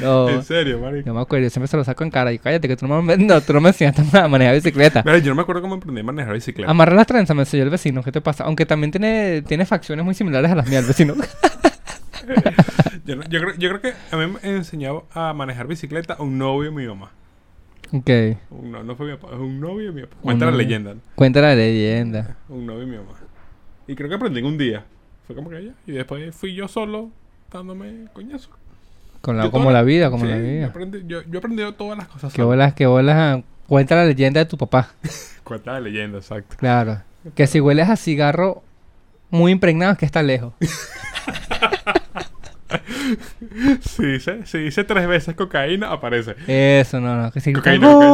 [SPEAKER 3] No,
[SPEAKER 2] En serio, marico.
[SPEAKER 3] yo me acuerdo. Yo siempre se lo saco en cara. Y cállate, que tú no me, no, tú no me enseñaste a manejar bicicleta.
[SPEAKER 2] Mira, yo no me acuerdo cómo aprendí a manejar bicicleta.
[SPEAKER 3] Amarrar las trenzas, me enseñó el vecino. ¿Qué te pasa? Aunque también tiene, tiene facciones muy similares a las mías, el vecino.
[SPEAKER 2] Yo, no- yo creo, yo creo que a mí me enseñó a manejar bicicleta un novio de mi mamá.
[SPEAKER 3] ok.
[SPEAKER 2] Un no, no fue mi papá, es un novio de mi papá.
[SPEAKER 3] Un
[SPEAKER 2] Cuenta la
[SPEAKER 3] novio.
[SPEAKER 2] leyenda. ¿no?
[SPEAKER 3] Cuenta la leyenda.
[SPEAKER 2] Un novio de mi mamá. Y creo que aprendí en un día. Fue como que ya. Y después fui yo solo dándome coñazo.
[SPEAKER 3] Con la,
[SPEAKER 2] Yo
[SPEAKER 3] como
[SPEAKER 2] todo-
[SPEAKER 3] la vida, como
[SPEAKER 2] Sí,
[SPEAKER 3] la
[SPEAKER 2] Yo
[SPEAKER 3] vida.
[SPEAKER 2] aprendí, yo, yo aprendí todas las cosas.
[SPEAKER 3] Qué
[SPEAKER 2] solo.
[SPEAKER 3] bolas, qué bolas. Cuenta la leyenda de tu papá.
[SPEAKER 2] Cuenta la leyenda, exacto.
[SPEAKER 3] Claro. Que si hueles a cigarro muy impregnado es que está lejos.
[SPEAKER 2] Si dice, si dice tres veces cocaína, aparece.
[SPEAKER 3] Eso, no, no. Que si gritas,
[SPEAKER 2] Cocaína, cocaína.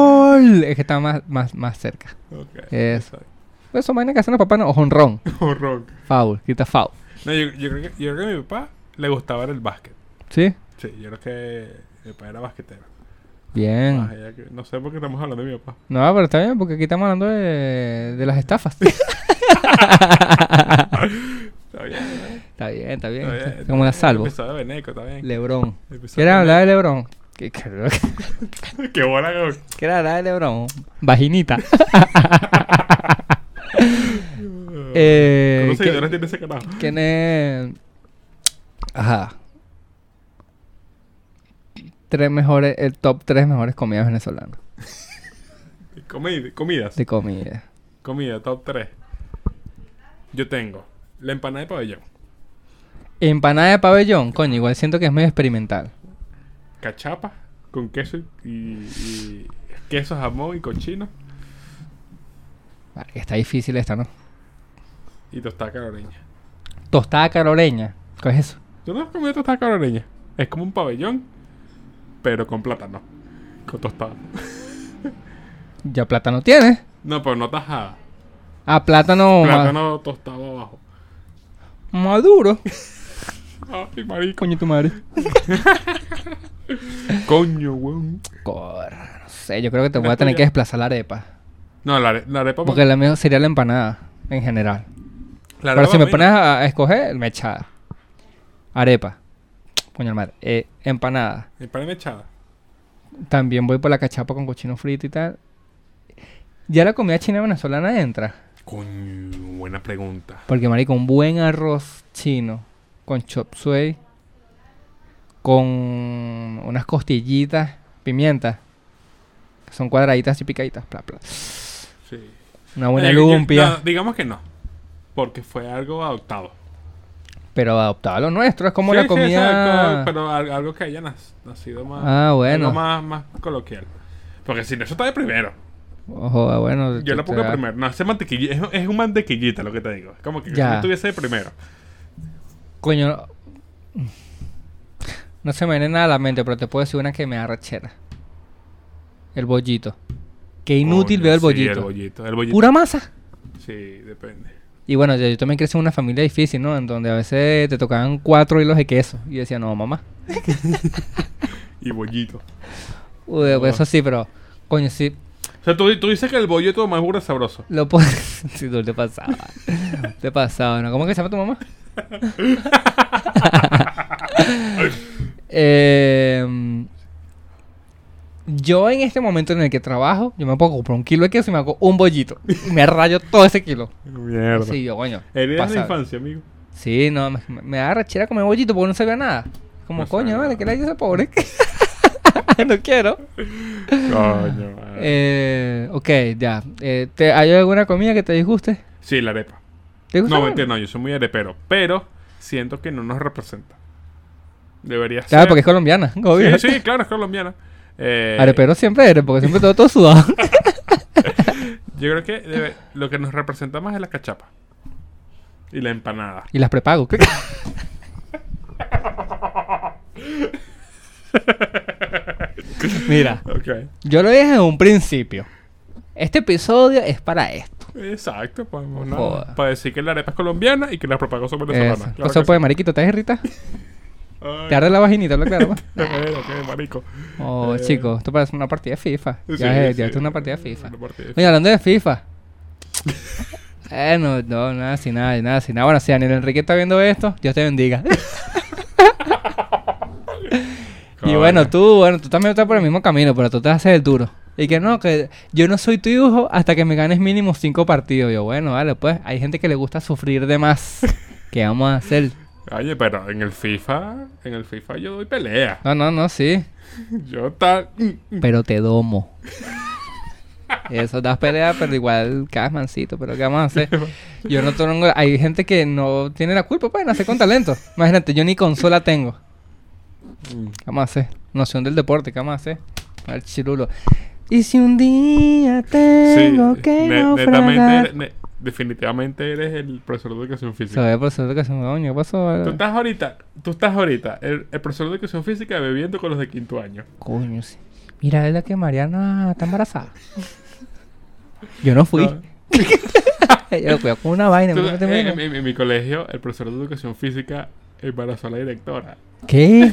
[SPEAKER 3] ¡Gol! Es que está más, más, más cerca.
[SPEAKER 2] Ok,
[SPEAKER 3] Eso.
[SPEAKER 2] exacto.
[SPEAKER 3] Pues Eso, vaina que hacen los papás, no. O jonrón.
[SPEAKER 2] Horror.
[SPEAKER 3] Foul. Quita foul.
[SPEAKER 2] No, yo, yo creo que, yo creo que a mi papá le gustaba era el básquet.
[SPEAKER 3] ¿Sí?
[SPEAKER 2] Sí, yo creo que mi papá era basquetero. Más
[SPEAKER 3] Bien.
[SPEAKER 2] allá que- no sé por qué estamos hablando de mi papá.
[SPEAKER 3] No, pero está bien porque aquí estamos hablando de, de las estafas.
[SPEAKER 2] Está bien, está bien.
[SPEAKER 3] Está bien, está bien.
[SPEAKER 2] Está bien, está
[SPEAKER 3] Como la
[SPEAKER 2] bien.
[SPEAKER 3] salvo.
[SPEAKER 2] Episodio de Beneco, está bien.
[SPEAKER 3] Lebrón.
[SPEAKER 2] Episodio
[SPEAKER 3] ¿Quieres
[SPEAKER 2] de
[SPEAKER 3] hablar de Lebrón? ¿Qué- qué-
[SPEAKER 2] Beneco. Qué bola, güey.
[SPEAKER 3] ¿Quieres hablar de Lebrón? Vaginita. eh,
[SPEAKER 2] ¿Cuántos
[SPEAKER 3] ¿qué-
[SPEAKER 2] seguidores tiene ese carajo?
[SPEAKER 3] ¿Quién es? Ajá. Tres mejores, el top tres mejores comidas venezolanas
[SPEAKER 2] Comi- comidas.
[SPEAKER 3] de comida.
[SPEAKER 2] Comida, top 3. Yo tengo la empanada de pabellón,
[SPEAKER 3] Empanada de pabellón, coño, igual siento que es medio experimental.
[SPEAKER 2] cachapa con queso y, y- y queso, jamón y cochino
[SPEAKER 3] Ah, Está difícil esta, ¿no?
[SPEAKER 2] y tostada caloreña.
[SPEAKER 3] Tostada caloreña. ¿Qué es eso?
[SPEAKER 2] Yo no he comido tostada caloreña. Es como un pabellón, pero con plátano. Con tostada.
[SPEAKER 3] Ya plátano tienes.
[SPEAKER 2] No, pero no tajada.
[SPEAKER 3] Ah, plátano, ma-
[SPEAKER 2] Plátano tostado abajo.
[SPEAKER 3] maduro.
[SPEAKER 2] Ay, marico.
[SPEAKER 3] Coño tu madre.
[SPEAKER 2] Coño, weón.
[SPEAKER 3] Corra, no sé, yo creo que te voy
[SPEAKER 2] La
[SPEAKER 3] a tener
[SPEAKER 2] tuya.
[SPEAKER 3] que desplazar la arepa.
[SPEAKER 2] No, la, are- la arepa.
[SPEAKER 3] Porque la mejor sería la empanada, en general. Pero
[SPEAKER 2] la arepa
[SPEAKER 3] si me
[SPEAKER 2] para mí-
[SPEAKER 3] pones a, a escoger, me echada. Arepa. Coño, madre. Eh, empanada.
[SPEAKER 2] Empanada echada.
[SPEAKER 3] También voy por la cachapa con cochino frito y tal. ¿Ya la comida china venezolana entra?
[SPEAKER 2] Coño, buena pregunta.
[SPEAKER 3] Porque, marico, un buen arroz chino con chop suey, con unas costillitas, pimientas, que son cuadraditas y picaditas, bla, bla.
[SPEAKER 2] Sí.
[SPEAKER 3] Una buena
[SPEAKER 2] Eh,
[SPEAKER 3] lumpia,
[SPEAKER 2] no, digamos que no. Porque fue algo adoptado.
[SPEAKER 3] pero adoptado a lo nuestro, es como
[SPEAKER 2] Sí,
[SPEAKER 3] la
[SPEAKER 2] sí,
[SPEAKER 3] comida...
[SPEAKER 2] exacto, pero al- algo que haya nas- nacido más.
[SPEAKER 3] ah,
[SPEAKER 2] algo
[SPEAKER 3] bueno.
[SPEAKER 2] más, más coloquial. Porque si no, eso está de primero.
[SPEAKER 3] Ojo, ah, bueno. te-
[SPEAKER 2] Yo lo
[SPEAKER 3] te
[SPEAKER 2] pongo de
[SPEAKER 3] da-
[SPEAKER 2] primero. No, ese mantequilla, es, es un mantequillita lo que te digo. Es como que
[SPEAKER 3] Ya.
[SPEAKER 2] si no estuviese de primero.
[SPEAKER 3] Coño. No se me viene nada a la mente, pero te puedo decir una que me da rechera. El bollito. Qué inútil
[SPEAKER 2] Coño,
[SPEAKER 3] veo el
[SPEAKER 2] sí,
[SPEAKER 3] bollito.
[SPEAKER 2] el bollito. El bollito.
[SPEAKER 3] Pura masa.
[SPEAKER 2] Sí, depende.
[SPEAKER 3] Y bueno, yo, yo también crecí en una familia difícil, ¿no? En donde a veces te tocaban cuatro hilos de queso. Y yo decía, no, mamá.
[SPEAKER 2] Y bollito.
[SPEAKER 3] Uy, pues Eso sí, pero. Coño, sí.
[SPEAKER 2] O sea, tú, tú dices que el bollito más burro es sabroso.
[SPEAKER 3] Lo puedo. sí, tú te pasaba. te pasaba, ¿no? ¿Cómo que se llama tu mamá? Eh, yo en este momento en el que trabajo, yo me puedo comprar un kilo de queso y me hago un bollito. Y me rayo todo ese kilo.
[SPEAKER 2] Mierda.
[SPEAKER 3] Sí, yo, coño.
[SPEAKER 2] Heridas de
[SPEAKER 3] pasado.
[SPEAKER 2] infancia, amigo.
[SPEAKER 3] Sí, no, me, me da rachera comer bollito porque no sabía nada. Como,
[SPEAKER 2] No sabía
[SPEAKER 3] coño, vale,
[SPEAKER 2] nada.
[SPEAKER 3] que le haya ese pobre. no quiero.
[SPEAKER 2] Coño, madre.
[SPEAKER 3] Eh, ok, ya. Eh, ¿te- ¿Hay alguna comida que te disguste?
[SPEAKER 2] Sí, la arepa.
[SPEAKER 3] ¿Te gusta?
[SPEAKER 2] No, mentira, no, yo soy muy arepero. Pero siento que no nos representa. Debería
[SPEAKER 3] Claro,
[SPEAKER 2] ser.
[SPEAKER 3] porque es colombiana, obvio.
[SPEAKER 2] Sí, sí, claro, es colombiana. Eh,
[SPEAKER 3] Arepero siempre eres, porque siempre todo, todo sudado.
[SPEAKER 2] Yo creo que debe- lo que nos representa más es la cachapa. Y la empanada.
[SPEAKER 3] y las prepago. Mira,
[SPEAKER 2] Ok.
[SPEAKER 3] yo lo dije en un principio. Este episodio es para esto.
[SPEAKER 2] Exacto, pues
[SPEAKER 3] No
[SPEAKER 2] nada,
[SPEAKER 3] joda.
[SPEAKER 2] para decir que la arepa es colombiana y que la propagó son venezolanas.
[SPEAKER 3] Eso.
[SPEAKER 2] Claro
[SPEAKER 3] Pasó
[SPEAKER 2] que
[SPEAKER 3] pues,
[SPEAKER 2] sí.
[SPEAKER 3] mariquito, ¿te irrita?
[SPEAKER 2] Ay,
[SPEAKER 3] Te arde la vaginita, habla claro.
[SPEAKER 2] Eh.
[SPEAKER 3] pues.
[SPEAKER 2] bueno, qué marico.
[SPEAKER 3] Oh,
[SPEAKER 2] Eh.
[SPEAKER 3] chico, esto parece una partida de FIFA. Ya
[SPEAKER 2] Sí,
[SPEAKER 3] es,
[SPEAKER 2] sí,
[SPEAKER 3] ya esto es una partida de FIFA.
[SPEAKER 2] una partida de
[SPEAKER 3] Oye, hablando de FIFA. Eh, no, no, nada, sin nada, sin nada, sin nada. Bueno, si Daniel Enrique está viendo esto, Dios te bendiga.
[SPEAKER 2] FIFA.
[SPEAKER 3] Y bueno,
[SPEAKER 2] Coño.
[SPEAKER 3] tú, bueno, tú también estás por el mismo camino, pero tú te haces el duro. Y que no, que yo no soy tu hijo hasta que me ganes mínimo cinco partidos. Yo, bueno, vale, pues, hay gente que le gusta sufrir de más. ¿Qué vamos a hacer?
[SPEAKER 2] Oye, pero en el FIFA, en el FIFA yo doy pelea.
[SPEAKER 3] No, no, no, sí.
[SPEAKER 2] Yo mm, tal.
[SPEAKER 3] Pero te domo. Eso das pelea, pero igual caes mancito. Pero ¿qué vamos a hacer? Yo no tengo. Hay gente que no tiene la culpa, pues, nacer con talento. Imagínate, yo ni consola tengo.
[SPEAKER 2] mm.
[SPEAKER 3] ¿Qué vamos a hacer? Noción del deporte, ¿qué vamos a hacer? Al chirulo. Y si un día tengo que
[SPEAKER 2] ne- netamente
[SPEAKER 3] naufragar.
[SPEAKER 2] eres- ne- definitivamente eres el profesor de educación física.
[SPEAKER 3] Sabía por cierto que se me coño, ¿qué pasó?
[SPEAKER 2] Tú estás ahorita, tú estás ahorita, el, el profesor de educación física bebiendo con los de quinto año.
[SPEAKER 3] Coño, sí. Mira, es la que Mariana está embarazada. Yo no fui.
[SPEAKER 2] No.
[SPEAKER 3] Yo cuidado con una vaina.
[SPEAKER 2] Tú- eh,
[SPEAKER 3] me mete
[SPEAKER 2] en-
[SPEAKER 3] miedo.
[SPEAKER 2] en, mi- en mi colegio, el profesor de educación física embarazó a la directora.
[SPEAKER 3] ¿Qué?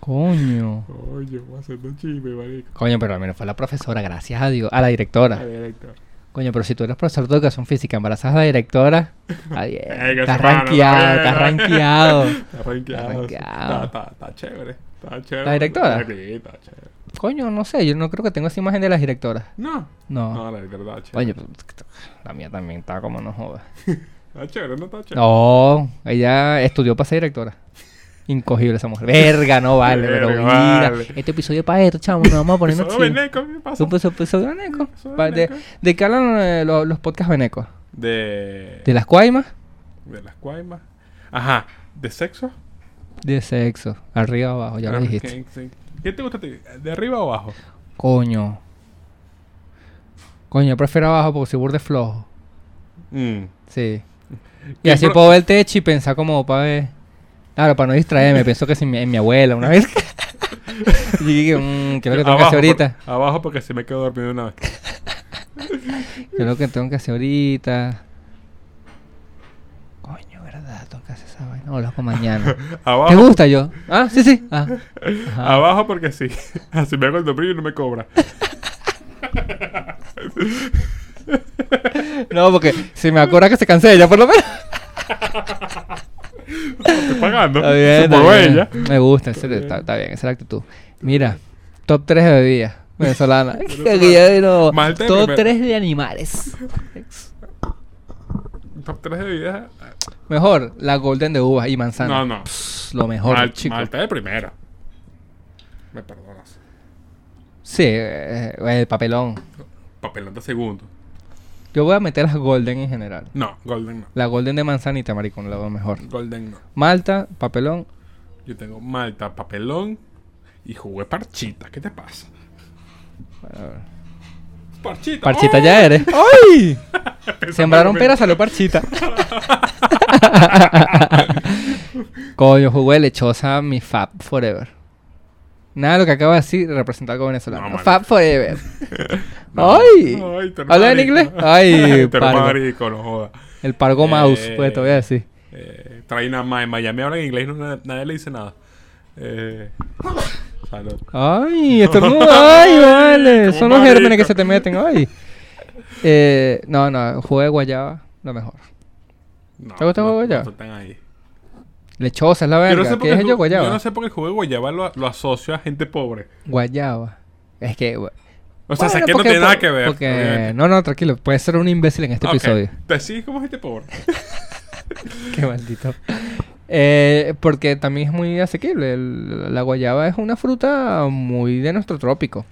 [SPEAKER 3] Coño.
[SPEAKER 2] Oye, voy a hacer un chisme, marico.
[SPEAKER 3] Coño, pero al menos fue la profesora, gracias a Dios. A la directora.
[SPEAKER 2] La directora.
[SPEAKER 3] Coño, pero si tú eres profesor de educación física, embarazas a la directora. Está bien.
[SPEAKER 2] Venga,
[SPEAKER 3] Estás
[SPEAKER 2] hermano,
[SPEAKER 3] rankeado, estás
[SPEAKER 2] venga.
[SPEAKER 3] rankeado.
[SPEAKER 2] Está rankeada,
[SPEAKER 3] Está
[SPEAKER 2] sí.
[SPEAKER 3] rankeada.
[SPEAKER 2] Está, está- está chévere. Está chévere.
[SPEAKER 3] ¿La directora?
[SPEAKER 2] Sí, está chévere.
[SPEAKER 3] Coño, no sé, yo no creo que tenga esa imagen de las directoras.
[SPEAKER 2] No.
[SPEAKER 3] No. pues,
[SPEAKER 2] No, la directora está chévere.
[SPEAKER 3] Coño, pero la mía también está como no joda.
[SPEAKER 2] Está chévere, no está chévere.
[SPEAKER 3] No, ella estudió para ser directora. Incogible esa mujer. Verga, no vale, pero
[SPEAKER 2] Verga,
[SPEAKER 3] mira.
[SPEAKER 2] vale.
[SPEAKER 3] Este episodio es para esto, chamo. Nos vamos a poner
[SPEAKER 2] Eso
[SPEAKER 3] unos
[SPEAKER 2] no
[SPEAKER 3] chinos.
[SPEAKER 2] veneco, ¿qué pasa?
[SPEAKER 3] Un episodio- episodio veneco.
[SPEAKER 2] Episodio
[SPEAKER 3] Pa- ¿De,
[SPEAKER 2] veneco.
[SPEAKER 3] de qué hablan eh, lo- los, podcasts venecos?
[SPEAKER 2] De,
[SPEAKER 3] ¿De las cuaimas?
[SPEAKER 2] de las cuaimas. Ajá. ¿De sexo?
[SPEAKER 3] De sexo. Arriba o abajo, ya lo
[SPEAKER 2] Ah,
[SPEAKER 3] dijiste.
[SPEAKER 2] ¿qué- qué- ¿Qué te gusta? a ti? ¿De arriba o abajo?
[SPEAKER 3] Coño. Coño, yo prefiero abajo porque se burde flojo.
[SPEAKER 2] Mm.
[SPEAKER 3] Sí. Y
[SPEAKER 2] ¿Qué
[SPEAKER 3] así
[SPEAKER 2] pro-
[SPEAKER 3] puedo ver el techo y pensar como para ver. Claro, para no distraerme, pienso que si mi, en mi abuela una vez. y dije, mmm, ¿qué es lo que tengo que
[SPEAKER 2] Abajo,
[SPEAKER 3] hacer ahorita?
[SPEAKER 2] por- abajo porque se me quedó dormido una vez. pues.
[SPEAKER 3] ¿Qué es lo que tengo que hacer ahorita? Coño, ¿verdad? Tengo que hacer esa vaina. No, lo hago mañana. ¿Te
[SPEAKER 2] Abajo,
[SPEAKER 3] gusta yo? Ah, sí, sí. Ah. Ajá.
[SPEAKER 2] abajo porque sí. Así me hago el dormido y no me cobra.
[SPEAKER 3] No, porque si me acuerda que se cancela, por lo menos.
[SPEAKER 2] Estoy pagando.
[SPEAKER 3] Está bien, está
[SPEAKER 2] Supongo
[SPEAKER 3] bien.
[SPEAKER 2] ella.
[SPEAKER 3] Me gusta, ese- está, está bien, esa es la actitud. Mira, top 3 de bebidas venezolanas. Aquí ya vino
[SPEAKER 2] Malta de
[SPEAKER 3] top
[SPEAKER 2] primera.
[SPEAKER 3] 3 de animales.
[SPEAKER 2] Top 3 de vida.
[SPEAKER 3] Mejor, la golden de uva y manzana.
[SPEAKER 2] No, no.
[SPEAKER 3] Pss, Lo mejor,
[SPEAKER 2] Mal-
[SPEAKER 3] chico.
[SPEAKER 2] Malta de primera. Me perdonas.
[SPEAKER 3] Sí, eh, el papelón.
[SPEAKER 2] Papelón de segundo.
[SPEAKER 3] Yo voy a meter las golden en general.
[SPEAKER 2] No, Golden no.
[SPEAKER 3] La golden de manzanita, maricón, lo mejor.
[SPEAKER 2] Golden no.
[SPEAKER 3] Malta, papelón.
[SPEAKER 2] Yo tengo Malta, papelón y jugué parchita. ¿Qué te pasa? Parchita.
[SPEAKER 3] Parchita
[SPEAKER 2] ¡Oh!
[SPEAKER 3] ya eres. ¡Ay!
[SPEAKER 2] Pensaba
[SPEAKER 3] Sembraron
[SPEAKER 2] que-
[SPEAKER 3] pera, salió parchita. Coño, jugué lechosa mi Fab Forever. Nada de lo que acabo de decir representa algo venezolano.
[SPEAKER 2] No, marico.
[SPEAKER 3] Fab Forever.
[SPEAKER 2] No.
[SPEAKER 3] ¡Ay!
[SPEAKER 2] Ay, tu
[SPEAKER 3] ¿Habla en
[SPEAKER 2] hermanito.
[SPEAKER 3] inglés? ¡Ay!
[SPEAKER 2] Tu
[SPEAKER 3] pargo.
[SPEAKER 2] marico, no joda.
[SPEAKER 3] El pargo mouse,
[SPEAKER 2] Eh.
[SPEAKER 3] pues te voy a decir.
[SPEAKER 2] Eh, trae una más. En Miami hablan inglés y no- nadie, le dice nada. Eh, salud.
[SPEAKER 3] ¡Ay! Estornudo. ¡Ay, vale!
[SPEAKER 2] Como
[SPEAKER 3] Son los gérmenes
[SPEAKER 2] marico.
[SPEAKER 3] que se te meten. ¡Ay! Eh, no, no. Jugué guayaba, lo mejor.
[SPEAKER 2] No,
[SPEAKER 3] ¿Te gusta el
[SPEAKER 2] no-
[SPEAKER 3] juego de guayaba?
[SPEAKER 2] no están ahí.
[SPEAKER 3] Lechosa es la
[SPEAKER 2] Yo no
[SPEAKER 3] verga.
[SPEAKER 2] sé por
[SPEAKER 3] ¿Qué
[SPEAKER 2] qué
[SPEAKER 3] es
[SPEAKER 2] el
[SPEAKER 3] yo,
[SPEAKER 2] ju-
[SPEAKER 3] guayaba?
[SPEAKER 2] yo no sé por qué el juego de guayaba lo, lo asocio a gente pobre.
[SPEAKER 3] Guayaba. Es que... gua-
[SPEAKER 2] O
[SPEAKER 3] Bueno,
[SPEAKER 2] sea, sé que no
[SPEAKER 3] porque-
[SPEAKER 2] tiene nada
[SPEAKER 3] por-
[SPEAKER 2] que ver.
[SPEAKER 3] porque-
[SPEAKER 2] obviamente.
[SPEAKER 3] no, no, tranquilo. Puedes ser un imbécil en este
[SPEAKER 2] Ok,
[SPEAKER 3] episodio.
[SPEAKER 2] Te sigues como gente pobre.
[SPEAKER 3] Qué maldito. Eh, porque también es muy asequible. El- la guayaba es una fruta muy de nuestro trópico.